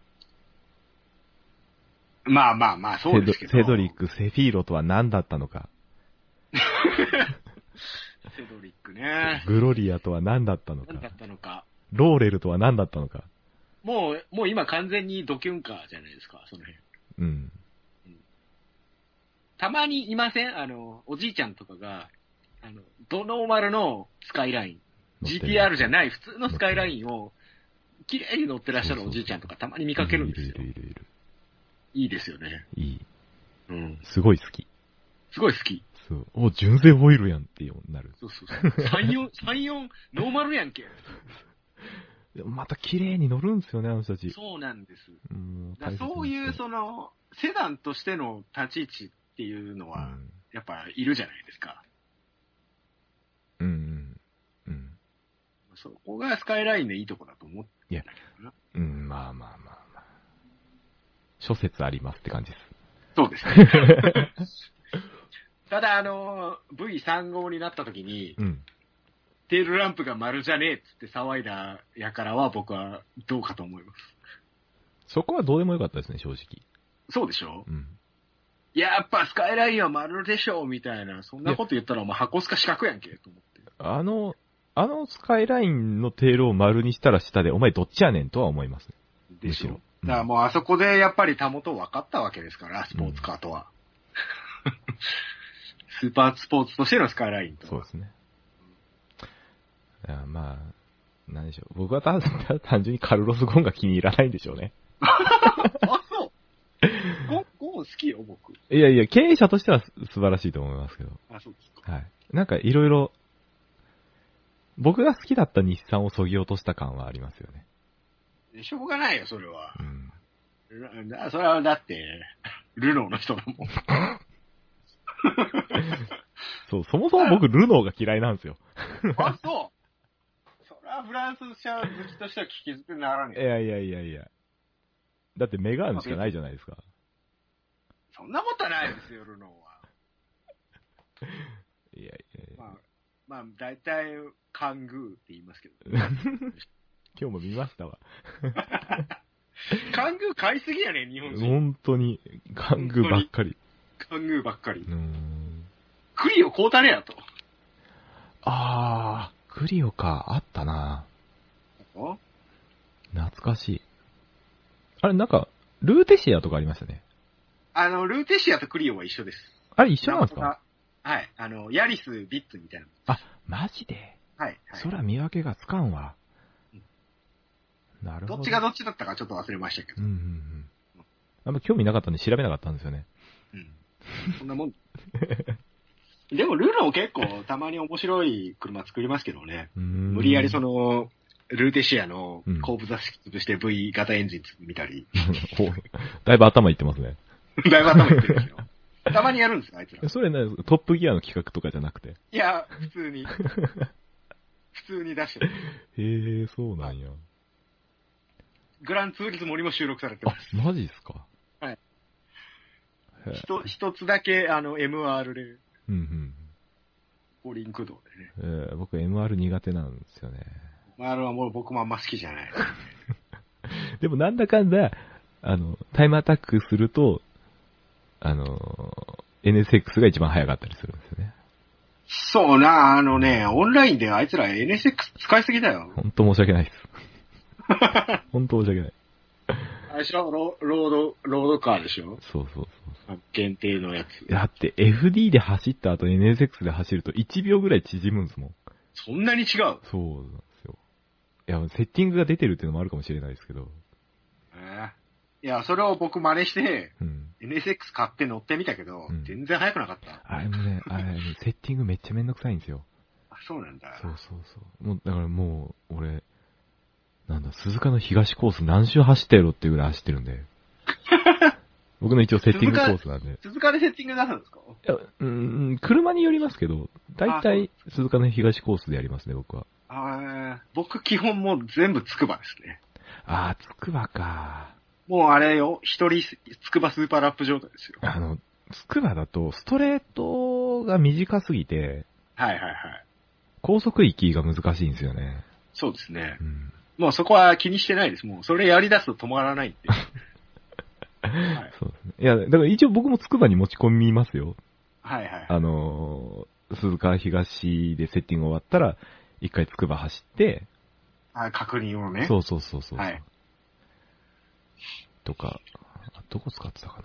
まあまあまあ、そうですけど。
セドセドリッ。ク、セフィーロとは何だったのか、
セドリックね。
グロリアとは何だったの
何だ
か
っ、たのか。
ローレルとは何だったのか。
もう、もう今完全にドキュンカーじゃないですか、その辺。
うん。
たまにいませんあの、おじいちゃんとかが、あの、ドノーマルのスカイライン。GTR じゃ
い。
ない普通のスカイラインを、綺麗に乗ってらっしゃるおじいちゃんとかたまに見かけるんですよ
い。るいるいる
いいですよね。
いる。いい。
うん。
すごい好き。
すごい好き。
そう。お、純正ホイールやんってなる。
そうそうそう。三 四三四ノーマルやんけ。
でもまた綺麗に乗るんですよね、あの人たち。
そうなんです。
うん
だからそういう、その、セダンとしての立ち位置っていうの
う
は、
ん
やっぱいるじゃないですか。
うん。うん。
そこがスカイラインのいいとこだと思って。
うん、まあまあまあまあ。諸説ありますって感じです。
そうです。ただ、あの、V35 になった時に、
うん。
テールランプが丸じゃねえっつって騒いだやからは僕はどうかと思います。
そこはどうでもよかったですね、正直。
そうでしょ
うん。
いや、やっぱスカイラインは丸でしょみたいな、そんなこと言ったらお前箱スカ四角やんけ、と思って。
あの、あのスカイラインのテールを丸にしたら下で、お前どっちやねんとは思いますね。
で
む
し
し
ょ
ろ。
だからもうあそこでやっぱりたもと分かったわけですから、スポーツカーとは。スーパースポーツとしてのスカイラインと。
そうですね。あまあ、なんでしょう。僕はただ単純にカルロス・ゴーンが気に入らないんでしょうね。
あ、そうゴゴー好きよ、僕。
いやいや、経営者としてはす素晴らしいと思いますけど。
あ、そうですか。
はい。なんかいろいろ、僕が好きだった日産を削ぎ落とした感はありますよね。
しょうがないよ、それは。
うん。
だそれはだって、ルノーの人だもん。
そう、そもそも僕ルノーが嫌いなんですよ。
あ、そうそれはフランス車好きとしては聞き捨てならね
い
え。
やいやいやいや。だってメガーヌしかないじゃないですか。
そんなことはないですよ、ルノーは。
いやいやいや。
まあ、まあ、大体、カングーって言いますけど。
今日も見ましたわ。
カングー買いすぎやね、日本人。
本当に、カングばっかり。
カングーばっかり
う。ーん。
クリオ買うたねやと。
あー、クリオか、あったな
お
懐かしい。あれ、なんか、ルーテシアとかありましたね。
あの、ルーテシアとクリオは一緒です。
あれ一緒なんですか
はい。あの、ヤリス、ビッツみたいな。
マジで
はい。はい
そら見分けがつかんわ。なるほ
ど
ど。
っちがどっちだったかちょっと忘れましたけ
う
ど。
んうんうん。あんま興味なかったんで調べなかったんですよね。
うん。そんなも ん。でも、ルーノも結構たまに面白い車作りますけどね。
無
無理やり その、ルーテシアの
うん
後部座席潰して V 型エンジン見たり、
ほうだいぶ頭いってますね。
だいぶ頭いってるんですよ。 たまにやるんですよ、あいつら。
それね、トップギアの企画とかじゃなくて。
いや、 普通に。普通に出してる。
へえ、そうなんや。
グランツーリズムにも収録されて
あ
ま、す。
マジっすか
はい。
へえ
ひと一つだけ、あの、MR で、
うん
五輪駆動でね。
うん。えー僕 MR 苦手なんですよね。
MR はもう僕もあんま好きじゃない。
でもなんだかんだ、あの、タイムアタックすると、あの、NSX が一番早かったりするんですよね。
そうな、あのね、オンラインであいつら NSX 使いすぎだよ。
ほんと申し訳ないです。 ほんと申し訳ない。
あれしょロロード、ロードカーでしょ
そうそうそう
限定のやつ。
そう。だって FD で走った後 NSX で走ると1秒ぐらい縮むんですもん。
そんなに違う。
そうなんですよ。いや、セッティングが出てるっていうのもあるかもしれないですけど。
いや、それを僕真似して、
うん。
NSX 買って乗ってみたけど、
うん
全然速くなかった。
あれもね、あれ、セッティングめっちゃめんどくさいんですよ。
あ、そうなんだ。
そうそうそう。もう、だからもう、俺、なんだ、鈴鹿の東コース何周走ってやろっていうぐらい走ってるん で。僕の一応セッティングコースなんで。い
鈴鹿でセッティング出すんですか
や、うん、車によりますけど、大体鈴鹿の東コースでやりますね、僕は。
あー僕基本もう全部つくばですね。
あー、つくばか。
もうあれよ、一人つくばスーパーラップ状態ですよ。
あの、つくばだと、ストレートが短すぎて、
はいはいはい。
高速域が難しいんですよね。
そうですね。
うん。
もうそこは気にしてないです。もうそれやり出すと止まらないって。 はい
そうですね。いや、だから一応僕もつくばに持ち込みますよ。
はいはい。
あのー、鈴鹿東でセッティング終わったら、一回つくば走って、
あ確認をね。
そうそうそうそう。
はい
とか、あどこ使ってたか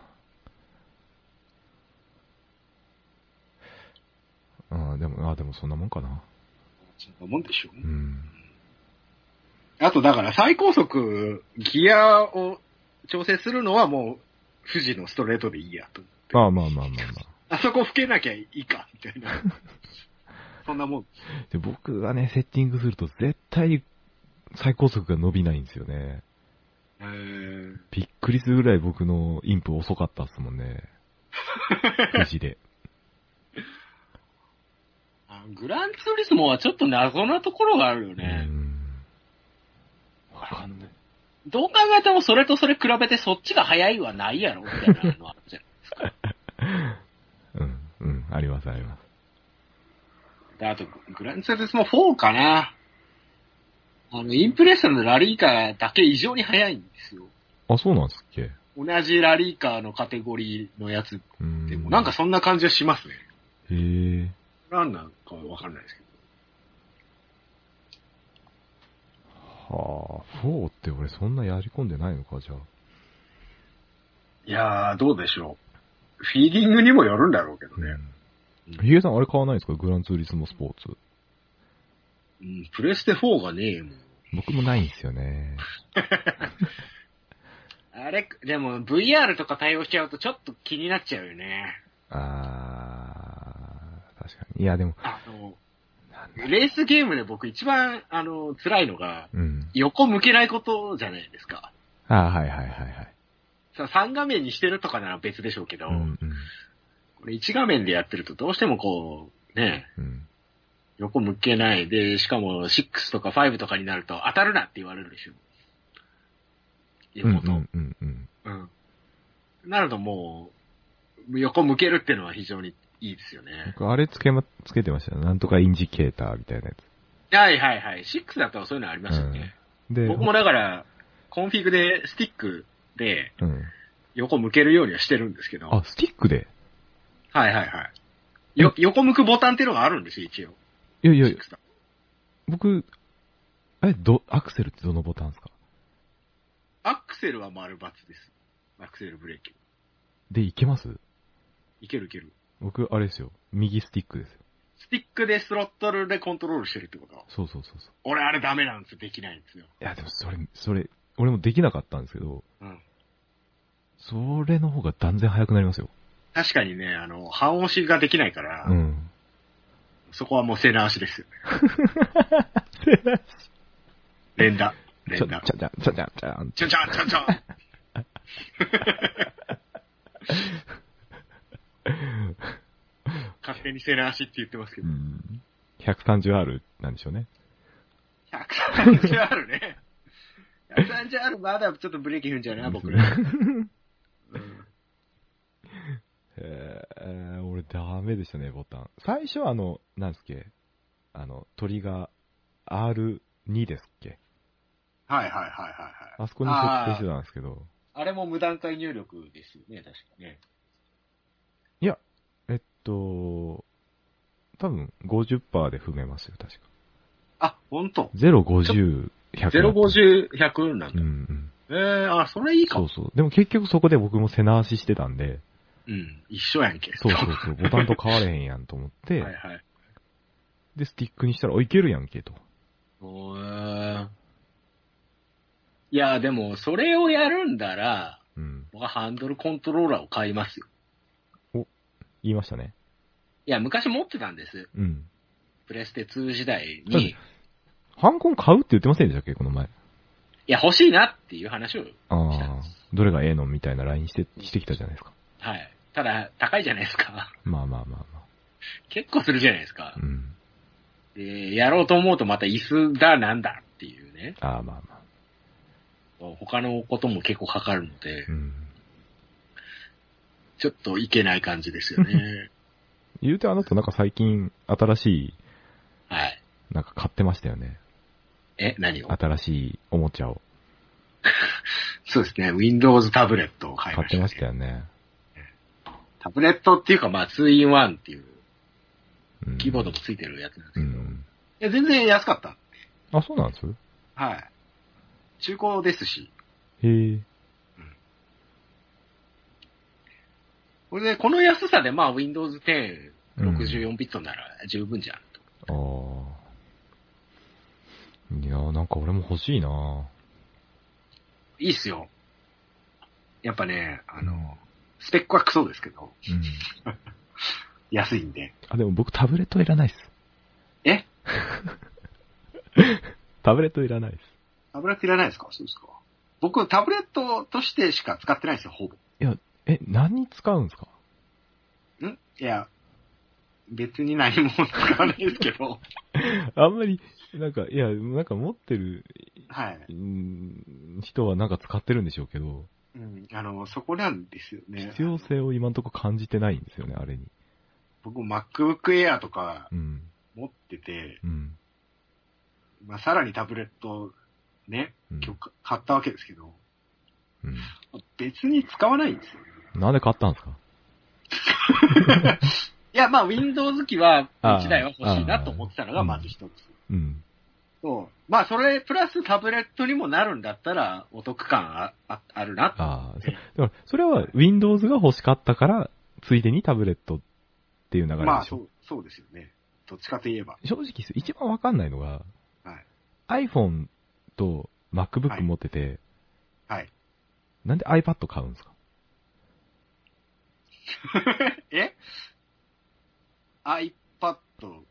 な。うん、でも、あ、でもそんなもんかな。
そんなもんでしょう、
うん。
あとだから最高速、ギアを調整するのはもう、富士のストレートでいいやと。
まあまあまあまあまあ。
あそこ吹けなきゃいいか、みたい な。そんなもん。
で僕がね、セッティングすると絶対最高速が伸びないんですよね。
えー、
びっくりするぐらい僕のインプ遅かったっすもん ね。無事で。
あグランツーリスモはちょっと謎なところがあるよ
う
ね。
ん。わかんない。
どう考えてもそれとそれ比べてそっちが早いはないやろ、みたいなのあるじゃん。
うん、うん、ありますあります。
であと、グランツーリスモ4かな。あの、インプレッサのラリーカーだけ異常に速いんですよ。
あ、そうなんですっけ
同じラリーカーのカテゴリーのやつ
うーん。
でも、なんか、そんな感じはしますね。
へえ。
なんなんかわかんないですけど。
はあ、4って俺そんなやり込んでないのか、じゃあ。
いやー、どうでしょう。フィーディングにもよるんだろうけどね。
うん。ヒゲさん、あれ買わないんですかグランツーリスモスポーツ。
うん、プレステ4がねえもん。
僕もないんですよ ね。
あれ、でも VR とか対応しちゃうとちょっと気になっちゃうよね。
あー、確かに。いや、でも、
あの、
なんだ
レースゲームで僕一番、あの、辛いのが、
うん。
横向けないことじゃないですか。
あー、はいはいはいはい。
さ、3画面にしてるとかなら別でしょうけど、
うんうん。
これ1画面でやってるとどうしてもこう、ね、
うん。
横向けないで、しかも6とか5とかになると当たるなって言われるでしょ。
うん
横と。
うんうんうん。
うん。なるともう、横向けるっていうのは非常にいいですよね。
僕、あれつけま、つけてましたよ。なんとかインジケーターみたいなや
はいはいはい。6だとそういうのありますよね。
つ。で、
僕もだから、コンフィグでスティックで
うん。
横向けるようにはしてるんですけど。は
あ、スティックで
いはいはい。よ、横向くボタンっていうのがあるんですよ、一応。
いやいや、
6だ
僕、え、ど、アクセルってどのボタンですか
アクセルは丸×です。アクセルブレーキ。
で、いけます
いけるいける。
僕、あれですよ。右スティックですよ。
スティックでスロットルでコントロールしてるってこと
そうそうそうそう。
俺あれダメなんですよ。できないんですよ。
いや、でもそれ、それ、俺もできなかったんですけど、
うん。
それの方が断然早くなりますよ。
確かにね、あの、半押しができないから、
うん。
そこはもう背直 しですよね。連打。
ちゃ、
連
ちゃ
打。
ちゃ、ちゃちゃ、ちゃん。
ちょんちょんちょ んちょん。勝手に背中足って言ってますけど。
130R なんでしょうね。
130あるね。130ある、まだちょっとブレーキ踏んじゃうな、僕ら。
えー、俺ダメでしたね、ボタン。最初はあの、なんですっけあの、鳥が R2 ですっけ
はいはいはいはいはい。
あそこに設定してたんですけど、
あれも無段階入力ですよね、確かね。
えっと、多分50%で踏めますよ、確か。
あ、ほんと。
0、50、100。
050、100なん
うんうん。
だ。えー、あ、それいいか
そ
も
う。そう。でも結局そこで僕も背直ししてたんで、
うん、一緒やんけ。
そうそうそう、ボタンと変われへんやんと思って、
はいはい。
で、スティックにしたら、お、いけるやんけ、と。
おーいや、でも、それをやるんだら、
うん。
僕はハンドルコントローラーを買いますよ。
言いましたね。
いや、昔持ってたんです。
うん。
プレステ2時代
だっ
に。
て
い
ハンコン買うって言ってませんでしたっけ、この前。
や、欲しいなっていう話を。
ああ、どれがええのみたいな LINE して、してきたじゃないですか。
はい。ただ、高いじゃないですか。
まあまあまあま
結構するじゃないですか
あ。。うん。
で、やろうと思うとまた椅子だなんだっていうね。
ああまあまあ。
他のことも結構かかるので
う、ん。
ちょっといけない感じですよ ね。
言うてあなたなんか最近、新しい、
はい。
なんか買ってましたよね。
え、何を
新しいおもちゃを。
そうですね。Windows タブレットを買い
買
ま
っ
した、
て
ね。
ましたよね。
タブレットっていうか、まあ、2-in-1 っていう、
うん
キーボードもついてるやつなんです
う
けど。い
ん。
や、全然安かった。
あ、そうなんです
はい。中古ですし。
へえ。
これで、この安さで、まあ、Windows 10、
うん
64ビットなら十分じゃん。
ああ。いやーなんか俺も欲しいない
いっすよ。やっぱね、
あ
あの、、スペックはクソですけど、
うん。
安いんで。
あ、でも僕タブレットいらないっす。
え
タブレットいらないです。
タブレットいらないですかそうですか。僕、タブレットとしてしか使ってないんですよ、ほぼ。
え、何に使うんですか
んいや、別に何も使わないです けど、
あんまり、なんか、いや、なんか持ってる
はい。
うん人はなんか使ってるんでしょうけど、
うん、あの、そこなんですよね。
必要性を今んとこ感じてないんですよね、あれに。
僕、MacBook Air とか、
うん。
持ってて、
うん。
まあ、さらにタブレット、ね、
うん
今日買ったわけですけど、
うん。
別に使わないんですよ。
なんで買ったんですか
いや、まあ、Windows 機は、
あー
1台は欲しいなと思ってたのが、まず一つ。
うん。
そう。まあ、それ、プラスタブレットにもなるんだったら、お得感あああるなと。
ああ、そだからそれは Windows が欲しかったから、ついでにタブレットっていう流れでしょ。
まあ、そう、そうですよね。どっちかといえば。
正直です、一番わかんないのが、
はい
iPhone と MacBook 持ってて、
はい。
なんで iPad 買うんですか
え ?iPad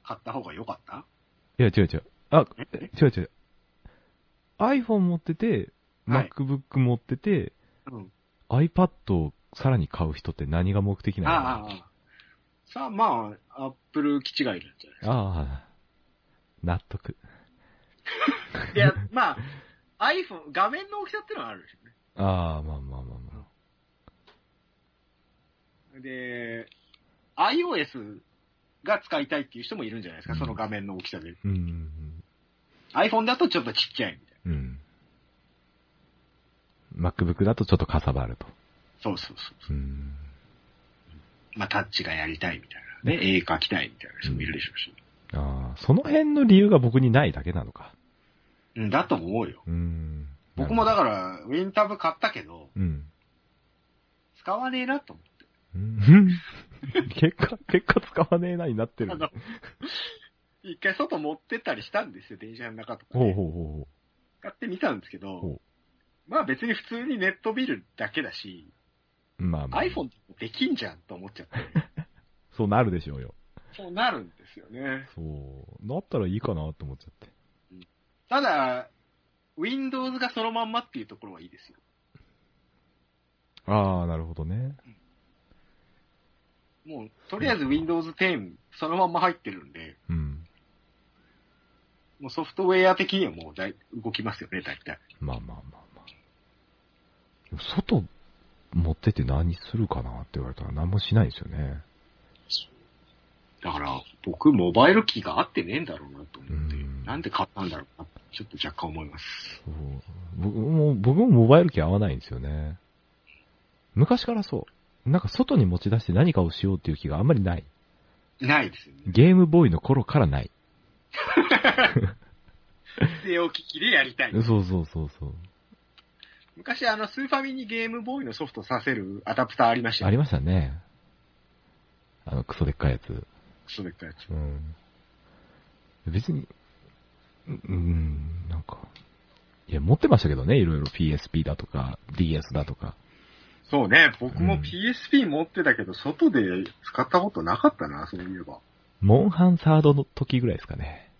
買った方が良かった
いや、違う違う。あ、
え
違う違う。iPhone 持ってて、
はい
MacBook 持ってて、
うん。
iPad をさらに買う人って何が目的
ああ
なの
ああ。さあ、まあ、アップル気違いなんじゃ
ああ、納得。
ないいや、まあ、iPhone、画面の大きさってのはあるでしょうね。
ああ、まあまあまあま
で、iOS が使いたいっていう人もいるんじゃないですか、
うん
その画面の大きさで。
あ。うん。
iPhone だとちょっとちっちゃいみたい
う
な。
ん。MacBook だとちょっとかさばると。
そうそうそう。
うん。
まあ、タッチがやりたいみたいな。ね、絵描きたいみたいな人もいるでしょうし。
ああ、その辺の理由が僕にないだけなのか。
うん、だと思うよ。
うん。
僕もだ
ら。
から、ウィンタブ買ったけど、
うん。
使わねえなと思って。
うん 結果、結果使わねえなになってる
あ。の、一回外持ってったりしたんですよ、電車の中とか、
ほう
ね。
ほうほ
使ってみたんですけ
ほ
ど
う、
まあ別に普通にネットビルだけだし、
う。まあまあ。
iPhone でもできんじゃんと思っちゃって。
そうなるでしょうよ。
そうなるんですよね。
そう。なったらいいかなと思っちゃって。
ただ、Windows がそのまんまっていうところはいいですよ。
ああ、なるほどね。
もう、とりあえず Windows 10そのまんま入ってるんで、
うん。
もうソフトウェア的にはもうだい動きますよね、大体。
まあまあまあまあ。外持ってって何するかなって言われたら何もしないですよね。
だから、僕、モバイル機が合ってねえんだろうなと思って、
うん
なんで買ったんだろうな、ちょっと若干思います。
そう僕も、僕もモバイル機合わないんですよね。昔からそう。なんか外に持ち出して何かをしようっていう気があんまりない。
ないですよね。
ゲームボーイの頃からない。
手置き機でやりたい。
そうそうそうそう。
昔、あの、スーファミにゲームボーイのソフトさせるアダプターありました
あ
よ
り
ね。
ましたね。あの、クソでっかいやつ。
そういったやつ。
うん。別に、うんうん、なんか。いや、持ってましたけどね、いろいろ PSP だとか、DS だとか。
そうね、僕
う
も
ん
PSP 持ってたけど、外で使ったことなかったな、そういえば。
モンハンサードの時ぐらいですかね。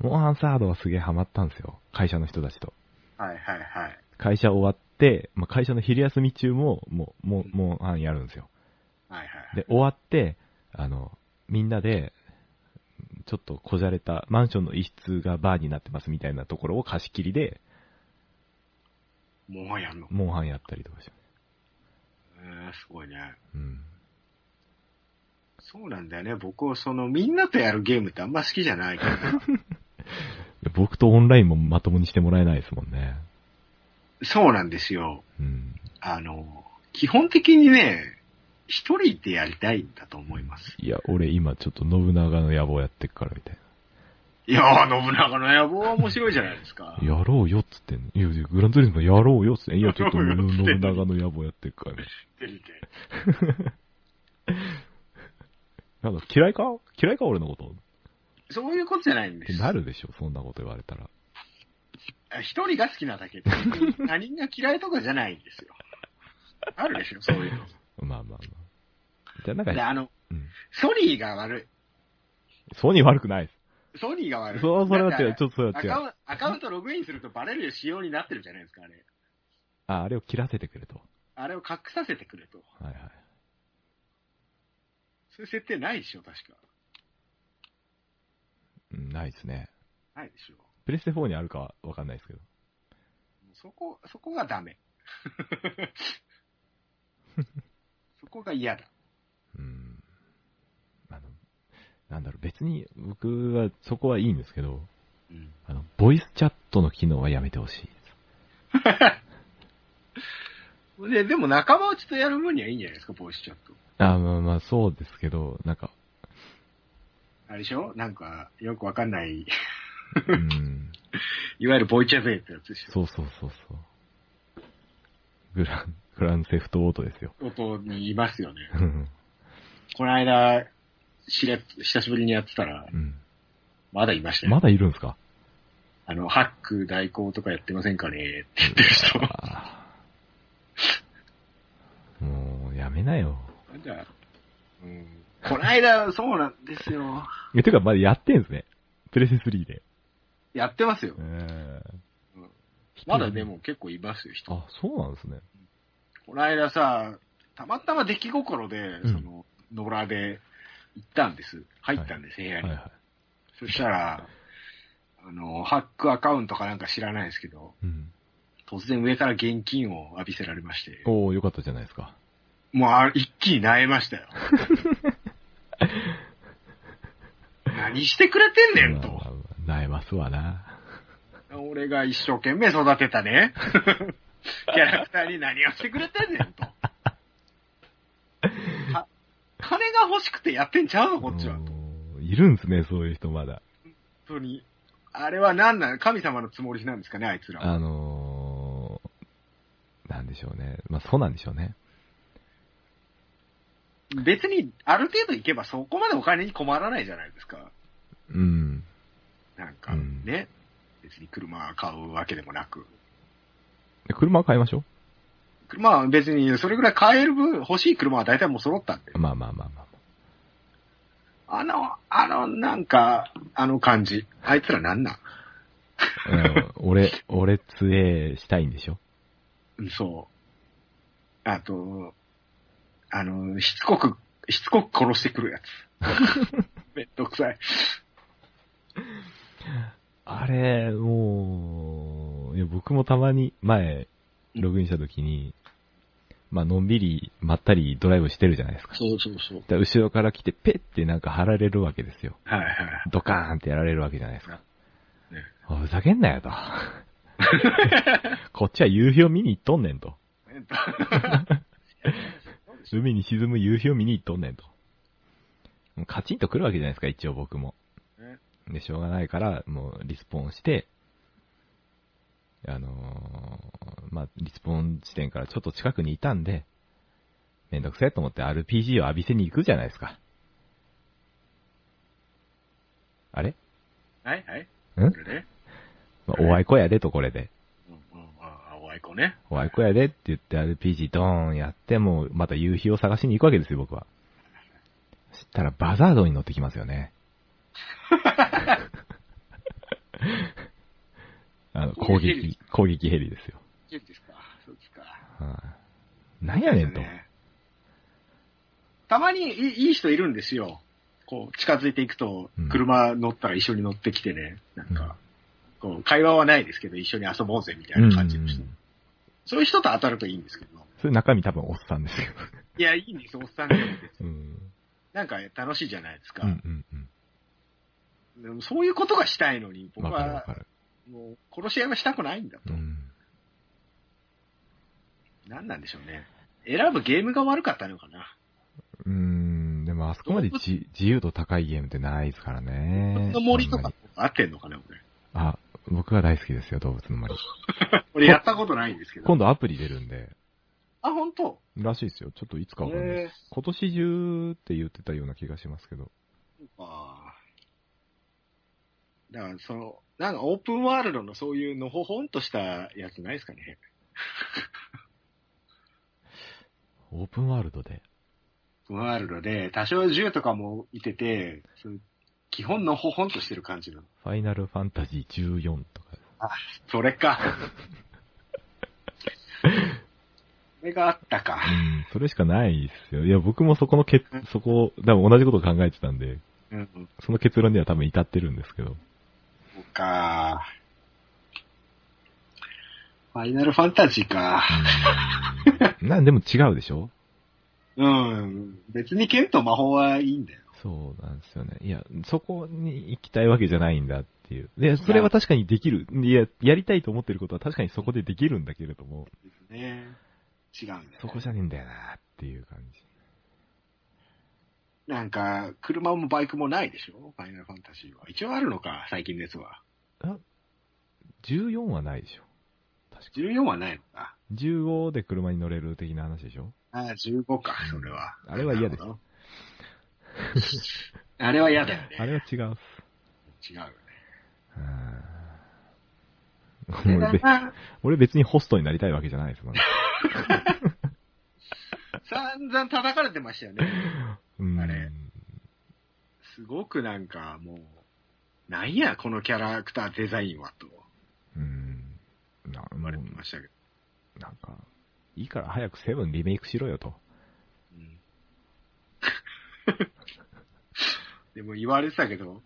モンハンサードはすげえハマったんですよ。会社の人たちと。
はいはいはい。
会社終わって、まあ、会社の昼休み中も、もう、も
う
う、
ん
モンハンやるんですよ。
はいはい。
で、終わって、あの、みんなで、ちょっとこじゃれた、マンションの一室がバーになってますみたいなところを貸し切りで、
もうやんの。
モンハンやったりとかして。
えー、すごいね。
うん。
そうなんだよね。僕はその、みんなとやるゲームってあんま好きじゃないから。
僕とオンラインもまともにしてもらえないですもんね。
そうなんですよ。
うん。
あの、基本的にね、一人でやりたいんだと思います。
いや、俺今ちょっと信長の野望やってっからみたいな。。
いやー、信長の野望は面白いじゃないですか
やろうよっつってんの。いやいや、グランツーリスモやろうよっつってんの。いや、ちょっと
やろうよっつってんの
信長の野望やってるからね。
一人で。
なんか嫌いか嫌いか俺のことっ
そういうことじゃないんで
て
す。
なるでしょそんなこと言われたら。
あ一人が好きな だけで、他人が嫌いとかじゃないんですよ。あるでしょ、そういうの。
まあまあまあ。じゃあなん
で、
か、
あの、
うん、
ソニーが悪
ソニー悪くないです。
い。ソニーが悪い。
そう、それは違
だ
う。ちょっとそれは
ア
違
カ
う。
ウンアカウントログインするとバレる仕様になってるじゃないですか、あれ。
あ、あれを切らせてくれと。
あれを隠させてくれと。
はいはい。
そういう設定ないでしょ、確か。
うん、ないですね。
ないでしょ。も
プレステ4にあるかはわかんないですけど。
うそこ、そこが ダメ。そこが嫌だ。
うん。あの、なんだろう、別に僕はそこはいいんですけど、
うん。
あの、ボイスチャットの機能はやめてほしいです。
で、でも仲間内とやる分にはいいんじゃないですか、ボイスチャット。
あ、まあまあそうですけど、なんか、
あれでしょなんか、よくわかんない、
うん、
いわゆるボイチャベイってやつでしょ。
そうそうそうそう。グラン、グランセフトオートですよ。
音にいますよね。
うん
この間、しれっと久しぶりにやってたら、
うん。
まだいましたよ。
まだいるんですか
あの、ハック代行とかやってませんかねって言ってる人。
あーもう、やめなよ。
なんだうん。
こないだ、そうなんですよ。
え、てか、まだやってんですね。プレセ3で。
やってますよ
う。ん
うんまだで。も結構いますよ、人。
あ、そうなんですね。
この間さ、たまたま出来心で、
うん
その、野良で行ったんです。入ったんです、部屋
はい
に。
はい。
そしたら、あの、ハックアカウントかなんか知らないですけど、
うん。
突然上から現金を浴びせられまして、
おー、よかったじゃないですか。
もうあ一気に萎えました よ。何してくれてんねん
ま
と
あ。まあまあ萎えますわな。
俺が一生懸命育てたね、 キャラクターに何をしてくれてんねんと。か金が欲しくてやってんちゃうのこっちは。
お
本
ーいるんすね、そういう人まだ。
当に。あれは何なの神様のつもりなんですかね、あいつらは。
あのー、なんでしょうね。まあ、そうなんでしょうね。
別に、ある程度行けばそこまでお金に困らないじゃないですか。
うん。
なんか、
うん
ね。別に車買うわけでもなく。
で車買いましょ
車は別に、それぐらい買える分、欲しい車は大体もう揃ったんで
う。。まあまあまあまあ。
あの、あの、なんか、あの感じ。あいつらなんなん
うん俺、俺つえしたいんでしょ
うんそう。あと、あの、しつこく、しつこく殺してくるやつ。 めんどくさい。
あれ、もう、いや僕もたまに前、ログインした時に、まあ、のんびり、まったりドライブしてるじゃないですか。
そうそうそう。
で後ろから来て、ペッてなんか貼られるわけですよ。
はいはい。
ドカーンってやられるわけじゃないですか。
ね
おいふざけんなよと。こっちは夕日を見に行っとんねんと。
えっと
海に沈む夕日を見に行っとんねんと。もうカチンと来るわけじゃないですか、一応僕も。
ね
で、しょうがないから、もうリスポーンして、あのーまあ、リスポーン地点からちょっと近くにいたんで、めんどくせえと思って RPG を浴びせに行くじゃないですか。あれ、
はいはい。
ん
それね。
まあ、おあいこやでとこれで。
うんうんあ、おあいこね。
おあいこやでって言って RPG ドーンやって、もうまた夕日を探しに行くわけですよ、僕は。そしたらバザードに乗ってきますよ ね。あの、攻撃、攻撃ヘリですよ。
いいですか。そうですか。
はい。なんやねんと。
ねたまにいいいい人いるんですよ。こう、近づいていくと
うん、
車乗ったら一緒に乗ってきてね、なんか、こう、会話はないですけど、一緒に遊ぼうぜみたいな感じの人。
うん
そういう人と当たるといいんですけど。
それ中身多分おっさんですけど。
いや、いいんです、おっさんでも別
う
に。
ん。
なんか楽しいじゃないです
う。
か
んうんうん。
でもそういうことがしたいのに、僕
わかるわ
は
か、る。
もう、殺し合いはしたくないんだ
う
と。
ん。
何なんでしょうね。選ぶゲームが悪かったのかな。
うーん、でもあそこまでじ自由度高いゲームってないですからね。
の森と
あんま
か
り
合ってんのかな、
あ、僕は大好きですよ、動物の森。
俺。俺やったことないんですけど。
今度アプリ出るんで、
あ、本当
らしいですよ。ちょっといつかわかんないです。
え
今年中って言ってたような気がしますけど。
ーそうかだから、その、なんかオープンワールドのそういうのほほんとしたやつないですかね。
オープンワールドで。
オープンワールドで、多少銃とかもいてて、そういう基本のほほんとしてる感じの。
ファイナルファンタジー14とか。
それか。それがあったか。
うん、それしかないですよ。いや、僕もそこのけ、そこ、多分同じことを考えてたんで、
うん、うん。
その結論には多分至ってるんですけど。
そうか。ファイナルファンタジーか。
うんなんでも違うでしょ
うん。別に剣と魔法はいいんだよ。
そうなんですよね。いや、そこに行きたいわけじゃないんだっていう。で、それは確かにできる。いや、やりたいと思ってることは確かにそこでできるんだけれども、
ですね。違うんだよ
そこじゃねえんだよなっていう感じ。
なんか、車もバイクもないでしょファイナルファンタジーは。一応あるのか、最近のやつは。
あ、14はないでしょ。確か。
14はないのか。
15で車に乗れる的な話でしょ
ああ、15か、それは。
あれは嫌です
なるほど。あれは嫌だよね。
あれは違うっす。
違うよね。
う
そ
ー
れ
ん
だ
俺べ
な。
俺別にホストになりたいわけじゃないですもんね。
散々叩かれてましたよね。
うん
あれすごくなんかもう、なんや、このキャラクターデザインは、と
うん。な
言われてましたけど。
なんか、いいから早くセブンリメイクしろよと。
うんでも言われてたけど、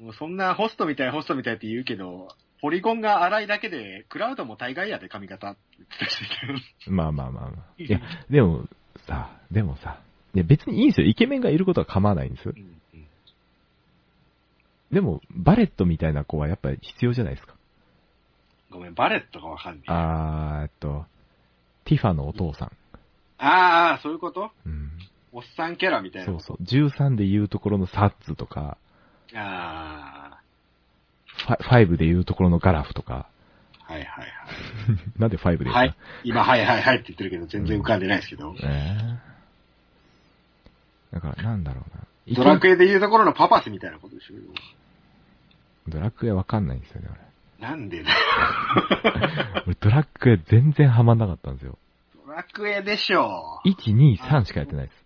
もうそんなホストみたいホストみたいって言うけど、ポリゴンが荒いだけで、クラウドも大概やで髪型って言ってたし
まあまあまあまあ。いや、でもさ、でもさ、いや別にいいんですよ。イケメンがいることは構わないんです
う。んうん
でも、バレットみたいな子はやっぱり必要じゃないですか。
ごめん、バレットがわかんない。あ
あーえっと、ティファのお父さん。
あー、そういうこと
うん。
おっさんキャラみたいな。
そうそう。13で言うところのサッツとか、
あ
ファ5で言うところのガラフとか。
あ、はいはいはい。
なんで5で言う
はい。今、はいはいはいって言ってるけど、全然浮かんでないですけど。
ええだから、なんだろうな。
ドラクエで言うところのパパスみたいなことでしょ
ドラクエわかんないんですよね、
なんでだよ
俺。俺ドラクエ全然ハマんなかったんですよ。
ドラクエでしょ
1、2、3しかやってないです。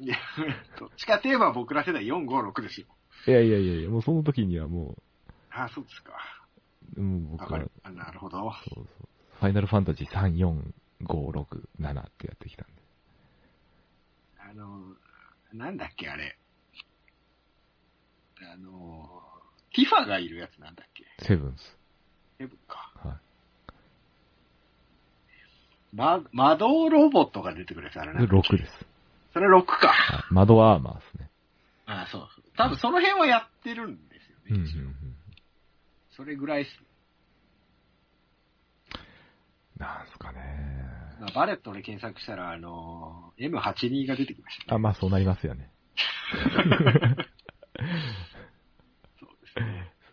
いや、どっちかといえば僕ら世代4、5、6ですよ。
いやいやいやいや、もうその時にはも
ああ、そうですか。
う、もう
わ
僕
か
は、
る。あなるほど。
そうそう。ファイナルファンタジー3、4、5、6、7ってやってきたんで。
あの、なんだっけ、あれ。あの、ティファがいるやつなんだっけ。
セブンス。
セブンか。
は
ま、魔導ロボットが出てくるやつ、あれ
い。で、
なんだっけ
6です。
それ6か。
はい。窓アーマーですね。
ああ、そうそう。多分その辺はやってるんですよ
うんうん
ね。一応
うん。
それぐらいっす。
なんすかね。
まあ、バレットで検索したら、あのー M82 が出てきました、ね。
あ、まあそうなりますよね。
そうですね。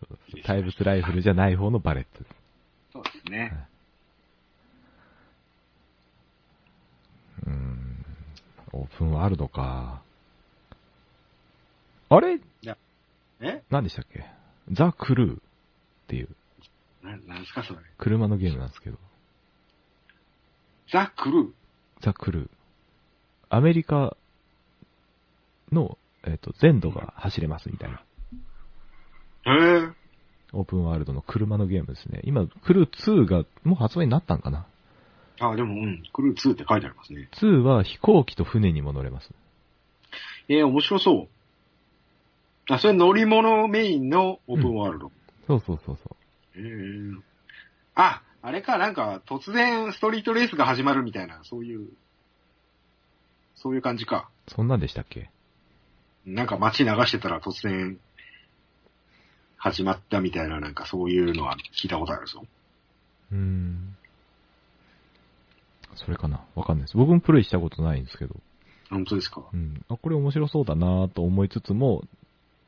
そうそう対物ライフルじゃない方のバレットです。
そうですね。
うーん。オープンワールドか。あれ
え
何でしたっけザ・クルーっていう
ななんですか、それ。
車のゲームなんですけど。
ザ・クルー。
ザ・クルー。アメリカの、えっ、と、全土が走れますみたいな。
へえ。
オープンワールドの車のゲームですね。今、クルー2がもう発売になったんかな
あ、でも、うん。クルー2って書いてありますね。
?2 は飛行機と船にも乗れます。
えー、面白そう。あ、それ乗り物メインのオープンワールド。
そうそうそうそう。
へえ。あ、あれか、なんか、突然ストリートレースが始まるみたいな、そういう、そういう感じか。
そんなんでしたっけ
なんか街流してたら突然、始まったみたいな、なんかそういうのは聞いたことあるぞ。
うーん。それかなわかんないです。僕もプレイしたことないんですけど。
本当ですか
うん。あ、これ面白そうだなと思いつつも、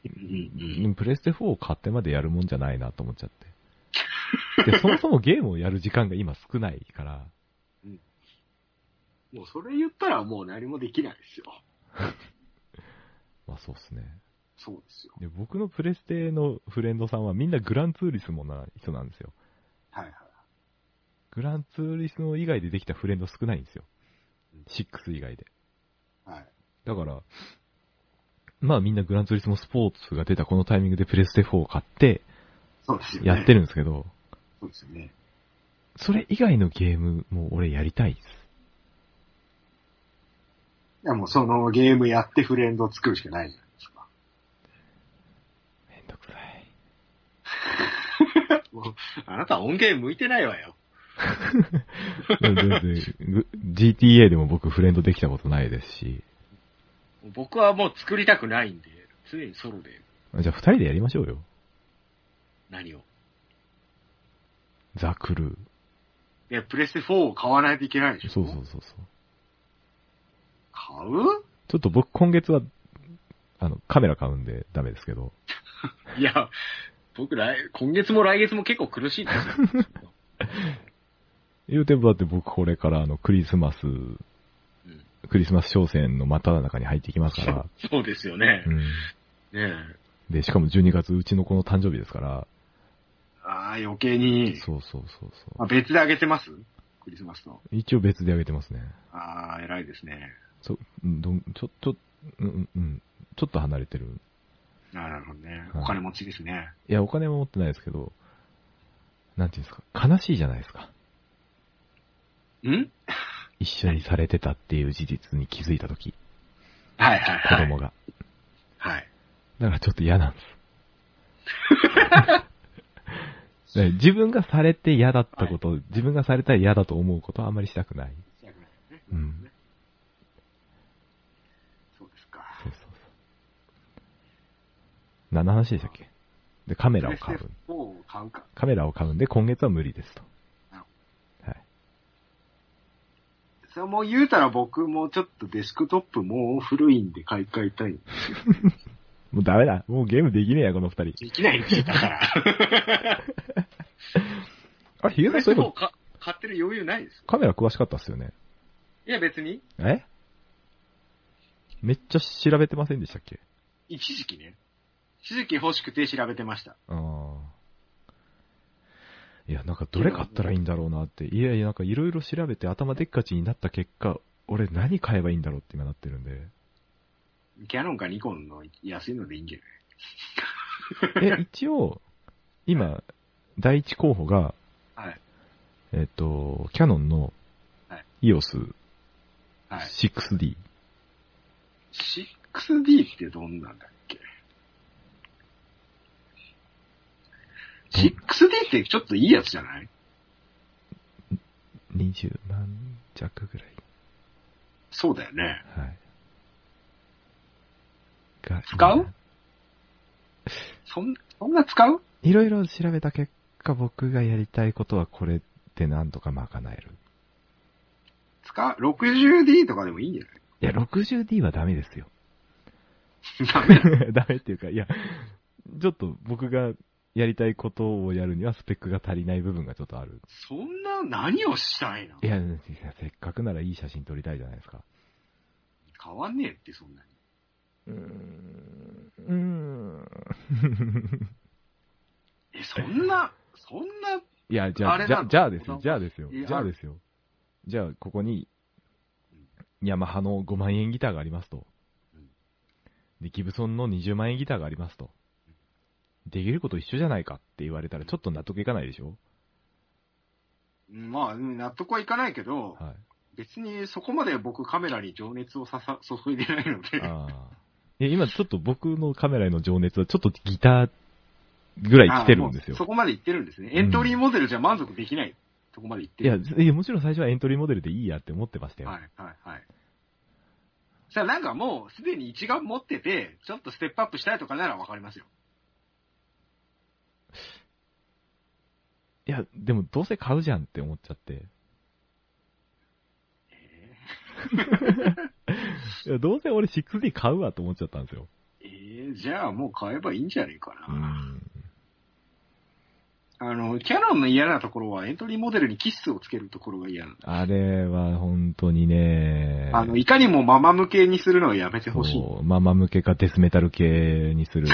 うんう。
うんんプレステ4を買ってまでやるもんじゃないなと思っちゃって。 で、そもそもゲームをやる時間が今少ないから、
もうそれ言ったらもう何もできないですよ。
まあそうっすね。
そうですよ。
で、僕のプレステのフレンドさんはみんなグランツーリスモな人なんですよ。
はいはい。
グランツーリスモ以外でできたフレンド少ないんですよ
うん。
6以外で。
はい。
だから、まあみんなグランツーリスモスポーツが出たこのタイミングでプレステ4を買って
そうですよ、ね。
やってるんですけど、
そうですよね。
それ以外のゲームも俺やりたいです。
いやもうそのゲームやってフレンドを作るしかないじゃないですか。
めんどくさい。
もうあなた音源向いてないわよ。
全然、ぐ GTA でも僕フレンドできたことないですし、
僕はもう作りたくないんで、常にソロで
じゃあ二人でやりましょうよ。
何を。
ザ・クル
いや、プレステ4を買わないといけないでし
ー。
ょ。
そうそう。そうそう。
買う
ちょっと僕今月は、あの、カメラ買うんでダメですけど。
いや、僕来、今月も来月も結構苦しいんですよ。
言うてもだって僕これからあの、クリスマス、クリスマス商戦の真っ只中に入っていきます から。
そうですよね
う。ん。
ねえ。
で、しかも12月うちの子の誕生日ですから。
ああ、余計に。
そうそうそうそ
あ、別であげてますクリスマスの。
う。一応別であげてますね。
ああ、偉いですね。
そう、うんどん、ちょ、ちょ、うんうん、うん、ちょっと離れてる。
なるほどね。
はい
お金持ちですね。
いや、お金も持ってないですけど、なんていうんですか、悲しいじゃないですか。
ん
一緒にされてたっていう事実に気づいたとき、
はいはい
子
はい。
供が。
はい。
だからちょっと嫌なん です。ね自分がされて嫌だったこと、自分がされたら嫌だと思うことはあんまりしたくない。うん
そうですか。
そうそうそう。何の話でしたっけで、カメ
カ
ラを 買う。
4を買うか。
カメラを買うんで、今月は無理ですと。はい。
それも言うたら僕もちょっとデスクトップもう古いんで買い替えたい。
もうダメだ。もうゲームできねえや、この二人。
できないんですよ、だから。
あれ、ヒゲさんそういえ
もう
ば
か買ってる余裕ないです。
カメラ詳しかったっすよね。
いや別に、
えめっちゃ調べてませんでしたっけ
一時期ね。一時期欲しくて調べてました。
ああ。いや、なんかどれ買ったらいいんだろうなって。いやいや、なんかいろいろ調べて頭でっかちになった結果、俺何買えばいいんだろうって今なってるんで。
キャノンかニコンの安いのでいいんじゃない
え、一応、今、第一候補が、
はい。
えっ、と、キャノンの
はい
EOS6D。
はい。6D ってどんなんだっけ ?6D ってちょっといいやつじゃない
20万弱ぐらい。
そうだよね。
はい。が
使うそん、そんな使う
いろいろ調べた結果、僕がやりたいことはこれでなんとか賄える。
使う ?60D とかでもいいんじゃない
いや、60D はダメですよ。
ダメ。
ダメっていうか、いや、ちょっと僕がやりたいことをやるにはスペックが足りない部分がちょっとある。
そんな、何をしたいの
いや、せっかくならいい写真撮りたいじゃないですか。
変わんねえって、そんなに。
うーん。うーん。
え、そんな、そんな、
いや、じゃ
あ
あ、
れ
じ
な
ゃあ、
の
じゃあですよ。じゃあですよ
い。や
じゃあですよ。じゃあ、ここに、ヤマハの5万円ギターがありますと
うん。
で、ギブソンの20万円ギターがありますと。できること一緒じゃないかって言われたらちょっと納得いかないでしょ
うんまあ、うん納得はいかないけど、
はい。
別にそこまで僕カメラに情熱をささ 注いでないの で、
ああ。いや、今ちょっと僕のカメラへの情熱はちょっとギターぐらい来てるんです
あもう
よ。
そこまで行ってるんですね。エントリーモデルじゃ満足できない。とこまで行って
いや、
る。
ずいやもちろん最初はエントリーモデルでいいやって思ってましたよ。
はい、はい、はい。さあ、なんかもう、すでに一眼持ってて、ちょっとステップアップしたいとかならわかりますよ。
いや、でもどうせ買うじゃんって思っちゃって。いやどうせ俺 6D 買うわと思っちゃったんですよ。
えー、じゃあもう買えばいいんじゃねえか
う
な。
ん。
あの、キャノンの嫌なところはエントリーモデルにキッスをつけるところが嫌なんだ。
あれは本当にね、
あの、いかにもママ向けにするのはやめてほしい。
そう、ママ向けかデスメタル系に する。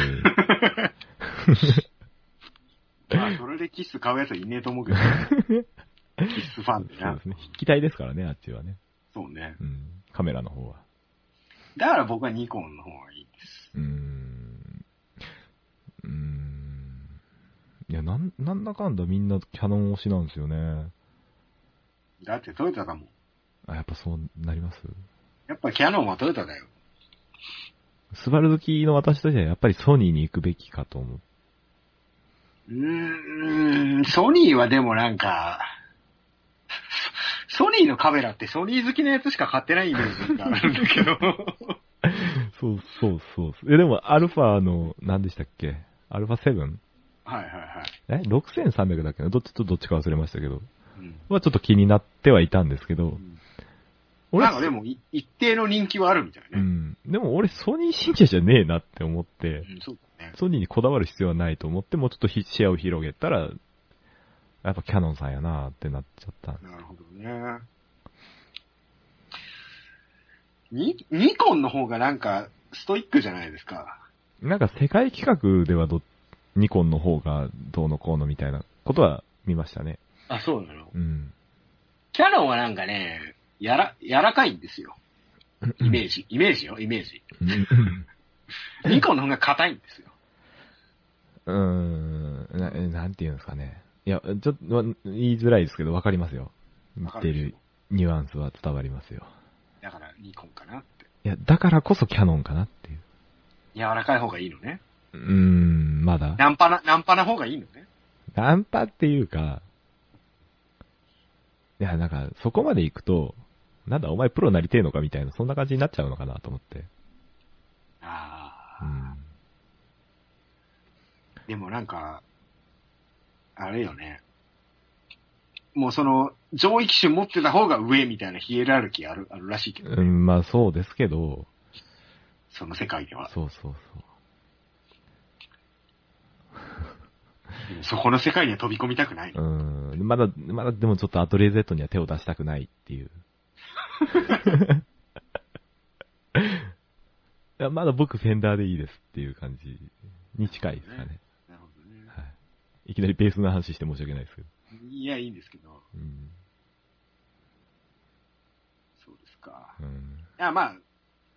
まあ、それでキッス買うやつはいねえと思うけ ど、キッスファンで
そう
な
です。ね。筆記体ですからね、あっちはね。
そうね。
うん。カメラの方は。
だから僕はニコンの方がいいです。
うーん。うーん。いや、なん、なんだかんだみんなキャノン推しなんですよね。
だってトヨタだもん。
あ、やっぱそうなります
やっぱキャノンはトヨタだよ。
スバル好きの私としてはやっぱりソニーに行くべきかと思う。
うーん、ソニーはでもなんか、 ソソニーのカメラってソニー好きなやつしか買ってないイメージがあるんだけど、
そうそうそうそう。え、でも、アルファの、何でしたっけアルファ 7?
はいはいはい。
え ?6300 だっけなどっちとどっちか忘れましたけど。
うん。
はちょっと気になってはいたんですけど。俺
なんかでも、い一定の人気はあるみたいうね。
ん。でも俺ソニー信者じゃねえなって思って、
うん、そうだね。
ソニーにこだわる必要はないと思って、もうちょっとひ視野を広げたら、やっぱキャノンさんやなってなっちゃった。
なるほどね。ニ、ニコンの方がなんか、ストイックじゃないですか。
なんか世界企画ではど、ニコンの方がどうのこうのみたいなことは見ましたね。
あ、そうなの。
うん。
キャノンはなんかね、やら、柔らかいんですよ。イメージ。イメージよ、イメージ。 ニコンの方が硬いんですよ。
うーん、な、なんて言うんですかね。いや、ちょっと、わ言いづらいですけど、わかりますよ。見
わか
て
るでしょ
るニュアンスは伝わりますよ。
だから、ニコンかなって。
いや、だからこそキャノンかなっていう。
柔らかい方がいいのね。
うーん、まだ。
ナンパな、ナンパな方がいいのね。
ナンパっていうか、いや、なんか、そこまで行くと、なんだ、お前プロなりてえのかみたいな、そんな感じになっちゃうのかなと思って。
あ
う
あ。
ん。
でもなんか、あれよね。もうその、上位機種持ってた方が上みたいなヒエラルキーある、あるらしいけど、
うん、まあそうですけど、
その世界では。
そうそう
でもそこの世界には飛び込みたくない
そう。
の。
うん、まだ、まだでもちょっとアトリエ Z には手を出したくないっていう。いやまだ僕フェンダーでいいですっていう感じに近いですかね。
なるほどね。
はい。いきなりベースの話して申し訳ないですけど。
いや、いいんですけど、
うん。
そうですか。
うん
いや、まあ、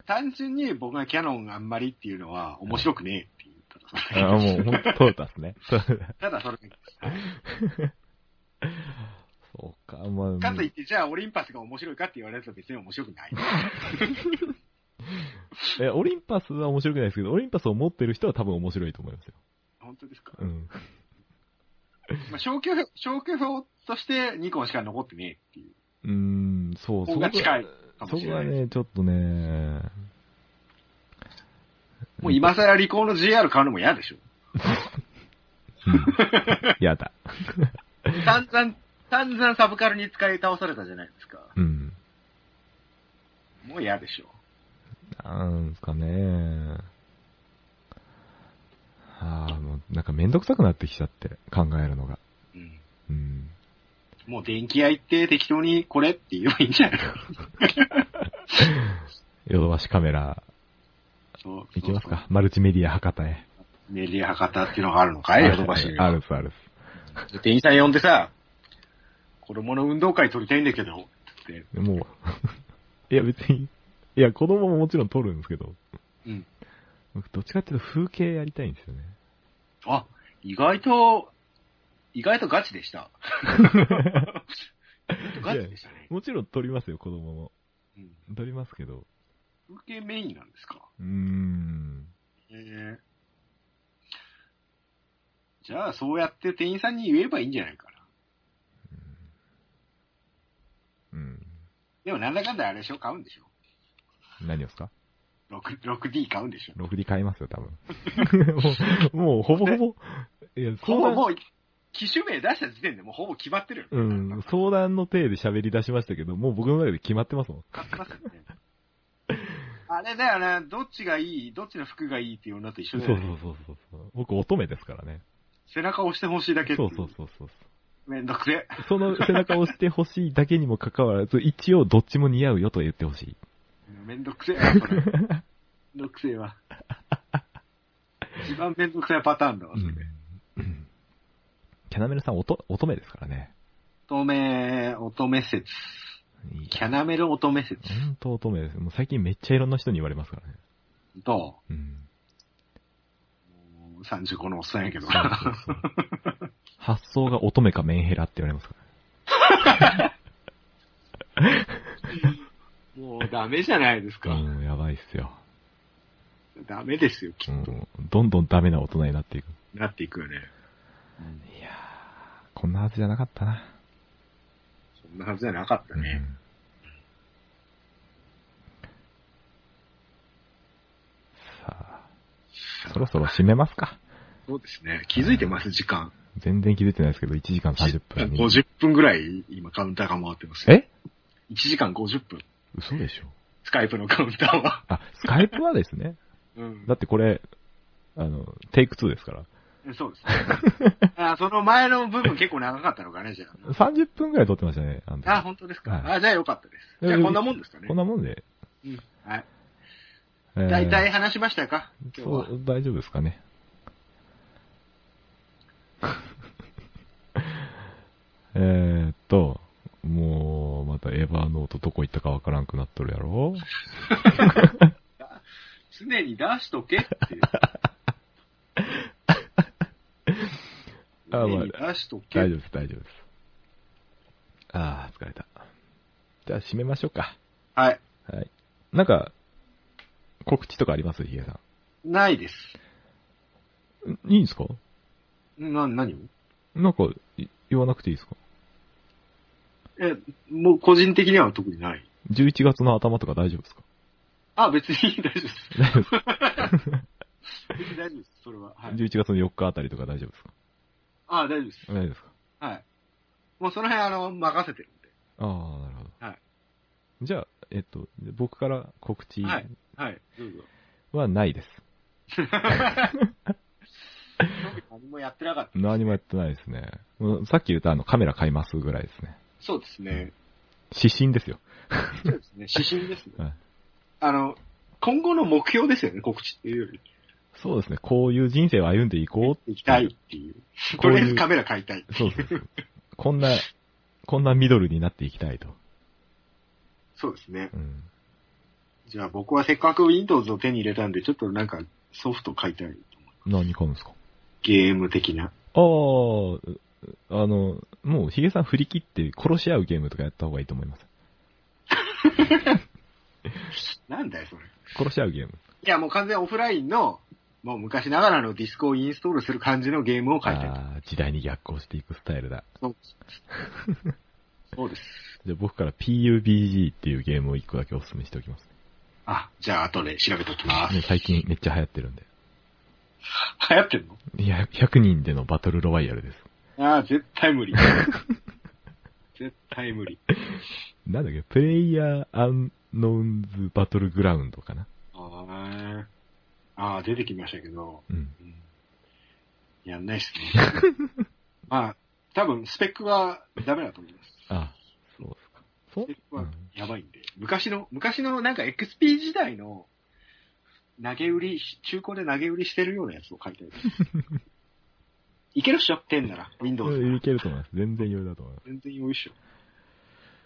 単純に僕がキャノンあんまりっていうのは面白くねえっていう。ただそれ
あ、もう、ほんと、トータスね。そう
ただそれだけです。
そうか、まあ、
かといって、じゃあオリンパスが面白いかって言われると別に面白くない。
え、オリンパスは面白くないですけど、オリンパスを持ってる人は多分面白いと思いますよ。
本当ですか
うん。
まあ、消去表、消去表としてニコンしか残ってねえっていう。
うーん、そう、そ
方が近いか
そ
もし
こ
れな
はい
です。
ね、ちょっとね、
もう今更離婚の JR 買うのも嫌でしょ。
やだ。
散々、散々サブカルに使い倒されたじゃないですか。
うん。
もう嫌でしょ。
なんですかね。ああ、もう、なんかめんどくさくなってきちゃって、考えるのが。
うん。
うん。
もう電気屋行って適当にこれって言えばいいんじゃない の
ヨドバシカメラ、
そう
行きます
そう
か。マルチメディア博多へ。
そうメディア博多っていうのがあるのかいヨドバシには
あるっす、あるっす。
店員さん呼んでさ、子供の運動会取りたいんだけど、つって。
も う、いや別に、いや子供ももちろん撮るんですけど、
うん。
僕どっちかっていうと風景やりたいんですよね。
あ、意外と、意外とガチで した。意外とガチでしたね。
もちろん撮りますよ、子供も。
うん
撮りますけど。
風景メインなんですか
うーん。
ええじゃあ、そうやって店員さんに言えばいいんじゃないかな。
うん。
でも、なんだかんだあれでしょ買うんでしょ
何をですか
6- 6D 買うんでしょ
?6D 買いますよ、多 分。もう、もうほぼほぼ、いや、
ほ
相
ぼ
談、
もう、機種名出した時点でもうほぼ決まってるよね。
うん、相談の体で喋り出しましたけど、もう僕の中で決まってますもん。
買ってますよね。あれだよな、どっちがいい、どっちの服がいいっていうのと一
そ
緒
う
だ
そ
よ
う
ね。
そうそうそう。僕乙女ですからね。
背中押してほしいだけって
そ
いう
そうそうそうそう。
う。めんどくせえ。
その背中を押してほしいだけにもかかわらず、一応どっちも似合うよと言ってほしい。
めん どくせえな、それ。めんどくせえわ。一番めんどくさいパターンだわ、それ。
うんキャナメルさん、おと乙女ですからね。
乙女、乙女説。
いい
キャナメル乙女説。
ほんと乙女です。もう最近めっちゃいろんな人に言われますからね。
と、
うん。
もう35のおっさんやけど
そうそうそう発想が乙女かメンヘラって言われますからね。
もうダメじゃないですか。
うん、やばいっすよ。
ダメですよ、き
う
っと。
ん、どんどんダメな大人になっていく。
なっていくよね。
いやー、こんなはずじゃなかったな。
そんなはずじゃなかった
うん
ね。
そろそろ締めますか。
そうですね。気づいてます、時間。
全然気づいてないですけど、1時間30分に。
50分ぐらい、今カウンターが回ってますよ。
え
?1 時間50分。
嘘でしょ
スカイプのカウンターは。
あ、スカイプはですね。
うん。
だってこれ、あの、テイク2ですから。
そうで すね。あその前の部分結構長かったのかね、じゃ
30分くらい撮ってましたね。あの時
あ。あ、本当ですか。
はい
あじゃあよかったです。じゃあこんなもんですかね
こん。なもんで。
うん。はい。
えー
大体話しましたか今日
そ
は。
う、大丈夫ですかね。 えーっと、もう、またエヴァノートどこ行ったかわからんくなっとるやろ
常に出しとけ っていう。
あ
常
ま
に出しとけ。
大丈夫です、大丈夫です。あー、疲れた。じゃあ、締めましょうか。
はい。
はい。なんか、告知とかありますヒゲさ
ないです。
ん。んいいんですか
な、何を
なんか、い言わなくていいですか
え、もう個人的には特にない。
11月の頭とか大丈夫ですか
あ、別に 大丈夫です。
大丈夫ですか
別 に大丈夫です、それは。はい、
?11 月の4日あたりとか大丈夫ですか
あ、大丈夫です。
大丈夫ですか
はい。もうその辺、あの、任せてるんで。
ああ、なるほど。
はい。
じゃあ、えっと、僕から告知
はいはい、どうぞ。
はないです。
何もやってなかった。
何もやってないですね。もうさっき言ったあのカメラ買いますぐらいですね。
そうですね。
指針ですよ。
そうですね。指針ですね。
はい
あの、今後の目標ですよね、告知っていうより。
そうですね。こういう人生を歩んでいこ
行きたいっていう。
う。
と
こう
りあえ
い
ず
う
カメラ買いたい。
そうそうそう。こんな、こんなミドルになっていきたいと。
そうですね。
うん。
じゃあ僕はせっかく Windows を手に入れたんで、ちょっとなんかソフト買いたい。
何買うんですか
ゲーム的な。
ああ、あの、もうヒゲさん振り切って殺し合うゲームとかやった方がいいと思います。
なんだよ、それ。い
殺し合うゲーム。
や、もう完全オフラインの、もう昔ながらのディスクをインストールする感じのゲームを買いたい。
ああ、時代に逆行していくスタイルだ。
そうです。そうです。
じゃあ僕から PUBG っていうゲームを一個だけお勧めしておきます、
あ、じゃあ後で調べておきます。
ね。最近めっちゃ流行ってるんで。
流行ってんの
いや、100人でのバトルロワイヤルです。
ああ、絶対無 理。絶対無理。
なんだっけ、プレイヤーアンノーンズバトルグラウンドかな。
ああ、ああ、出てきましたけど、
うん。
うんやんないっす ね。まあ、多分スペックがダメだと思います。
あ、そうですか。そ
スペック
う
は
ん
やばいんで。昔の、昔のなんか XP 時代の投げ売り、中古で投げ売りしてるようなやつを買いたいです。 いけるっしょってんなら、Windows
うん。
が
い。けると思います。全然余裕だと思いま
全然よいっしょ。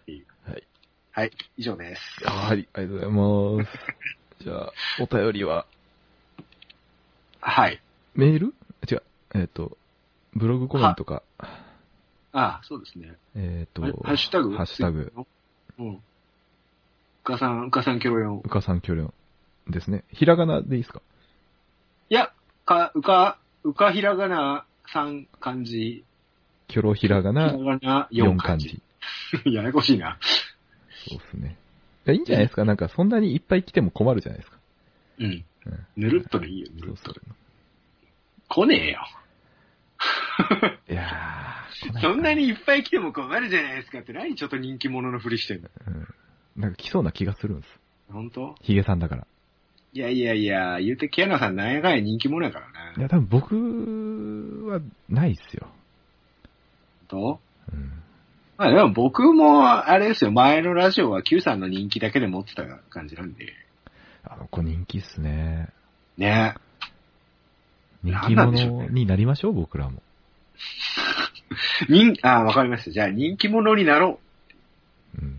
っていう
はい。
はい、以上です。
す。はい、ありがとうございます。じゃあ、お便りは、
はい。
メール違う、えっ、と、ブログコメントか、
ああ、そうですね。
えっ、と、
ハッシュタグ
ハッシュタグ、。
うん。うかさん、うかさんキョロヨン
う。かさんきょりょんですね。ひらがなでいいですか
いや、か、うか、うかひらがな3漢字、
きょろひらが
ひら
な
がな
4
4漢
漢
字
字。。
ややこしいな。
そうですね。いやいいんじゃないですかなんかそんなにいっぱい来ても困るじゃないですか。
うん。
うん
ぬるっとでいいよ、ぬ
そ
る
う
っ
そ
と
う
で。。来ねえよ。
いやー来いか
そんなにいっぱい来ても困るじゃないですかって、何ちょっと人気者のふりしてんの。
うん。なんか来そうな気がするんです。
本当
ヒゲさんだから。
いやいやいや、言うてキアナさんなんやかんや人気者やから
い
な。
や、多分僕はないっすよ。
本当
うん。
まあでも僕も、あれですよ、前のラジオは Q さんの人気だけで持ってた感じなんで。
あの子人気っすね。
ね
人気
なんなんでしょう
者になりましょう、僕らも。
人、あ、わかりました。じゃあ人気者になろ
うん。
う。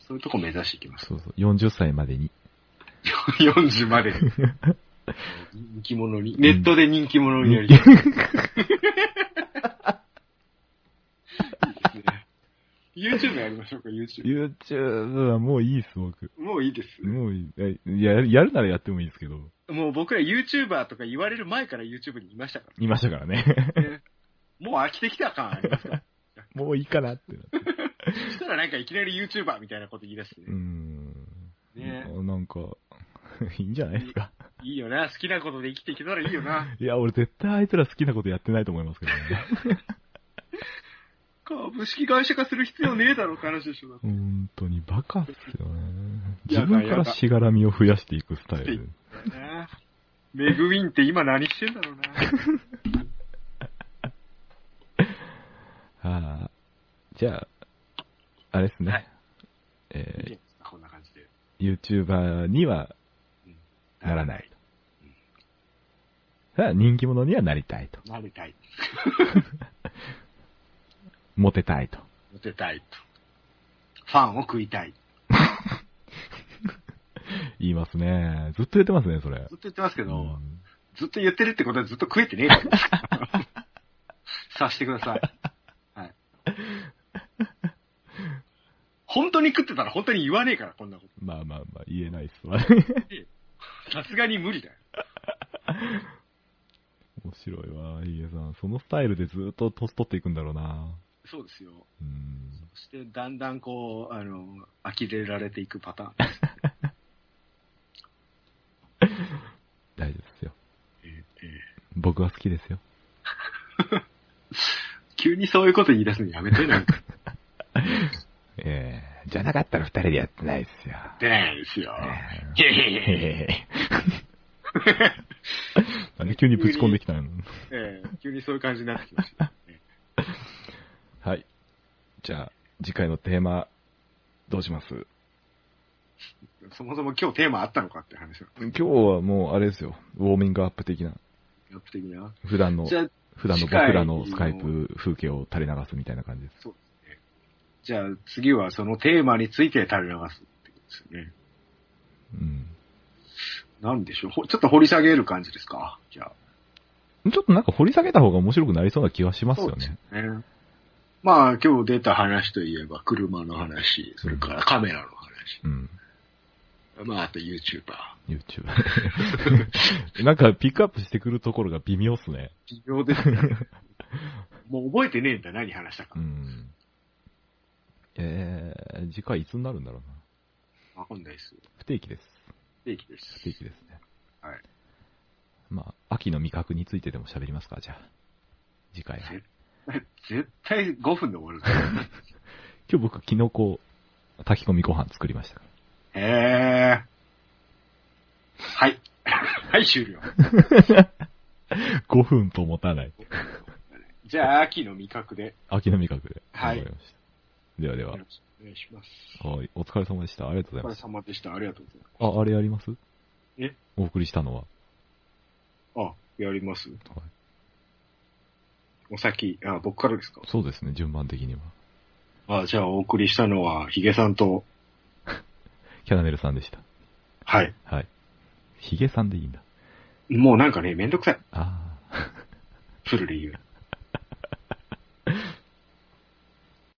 そういうとこ目指していきます。
そうそう。40歳までに。
40までに。人気者に。ネットで人気者になり
人
たい。いいですね。YouTube やりましょうか、YouTube。
YouTube はもういいっす、僕。
もういいです。
もういい。いや、やるならやってもいいですけど。
もう僕ら YouTuber とか言われる前から YouTube にいましたか
いましたから ね。
らね。もう飽きてきた感あり ますから。
もういいかなってなって。
そしたらなんかいきなり YouTuber みたいなこと言い出して
う
ね。
ん。
ね
あなんか、いいんじゃないですか。
いいよな。好きなことで生きていけたらいいよ な。
いや、俺絶対あいつら好きなことやってないと思いますけどね。
株式会社化する必要ねえだろって話でしょ。だって
本当にバカっすよね。自分からしがらみを増やしていくスタイル。
ねメグウィンって今何してんだろうな。
ああ。じゃあ、あれですね。
はい
えー
こんな感じで。
YouTuber にはならない。さあ人気者にはなりたいと。
なりたい。
モテたいと。
モテたいと。ファンを食いたい。
言いますね。ずっと言ってますね、それ
ず。っと言ってますけど、
うん
ずっと言ってるってことはずっと食えてねえから 察してください。はい。本当に食ってたら本当に言わねえから、こんなこ
まあまあまあ、言えないっすわ。
と。さすがに無理だよ。
面白いわ、ヒゲさん。そのスタイルでずっと年取っていくんだろうな。
そうですよ。
うん。
そして、だんだんこう、あの、呆れられていくパターン。
大丈夫ですよ。
えーえー
僕は好きですよ。
急にそういうこと言い出すのやめて、なんか。
ええじゃなかったら二人でやってないっすよ。
出ないですよ。
え
へへ
え
へへ。
なんで急にぶち込んできたの
えー急にそういう感じになってきました。えー
はい。じゃあ、次回のテーマ、どうします
そもそも今日テーマあったのかって話を。
今日はもうあれですよ。ウォーミングアップ的な。
やってみな。
普段の
じ、ゃあ、
普段の僕らのスカイプ風景を垂れ流すみたいな感じです。
そうですね。じゃあ次はそのテーマについて垂れ流すってことですよね。
うん。
なんでしょう。ほちょっと掘り下げる感じですかじゃあ。
ちょっとなんか掘り下げた方が面白くなりそうな気はしますよね。
そうですね。まあ今日出た話といえば車の話、それからカメラの話、
うん。
まああと YouTuber。
YouTube。なん かピックアップしてくるところが微妙っすね。
微妙ですね。 もう覚えてねえんだ、何話したか
う。ん。えー、次回いつになるんだろうな。
わかんないです。
不定期です。
不定期で
不
す。
定期ですね。
はい。
まあ、秋の味覚についてでも喋りますか、じゃあ。次回は。今
絶対、絶対5分で終わるから。
日僕、キノコ炊き込みご飯作りましたから。
へえ。はい。 はい、終了。
5分と持たない。
じゃあ、秋の味覚で。
秋の味覚で。
はい
わかりました。ではでは
よ。ろしくお願いします。
はい。お疲れ様でした。ありがとうござ
お
い
疲
ま
れ
す。
様でした。ありがとうございます。
あ、あれやります
え
お送りしたのは。
あ、やります
はい、
お先、あ、僕からですか
そうですね、順番的には。
あ、じゃあ、お送りしたのは、ヒゲさんと、
キャナメルさんでした。
はい。
はい。ヒゲさんでいいんだ。
もうなんかね、めんどくさい。
ああ。
プルリ言う。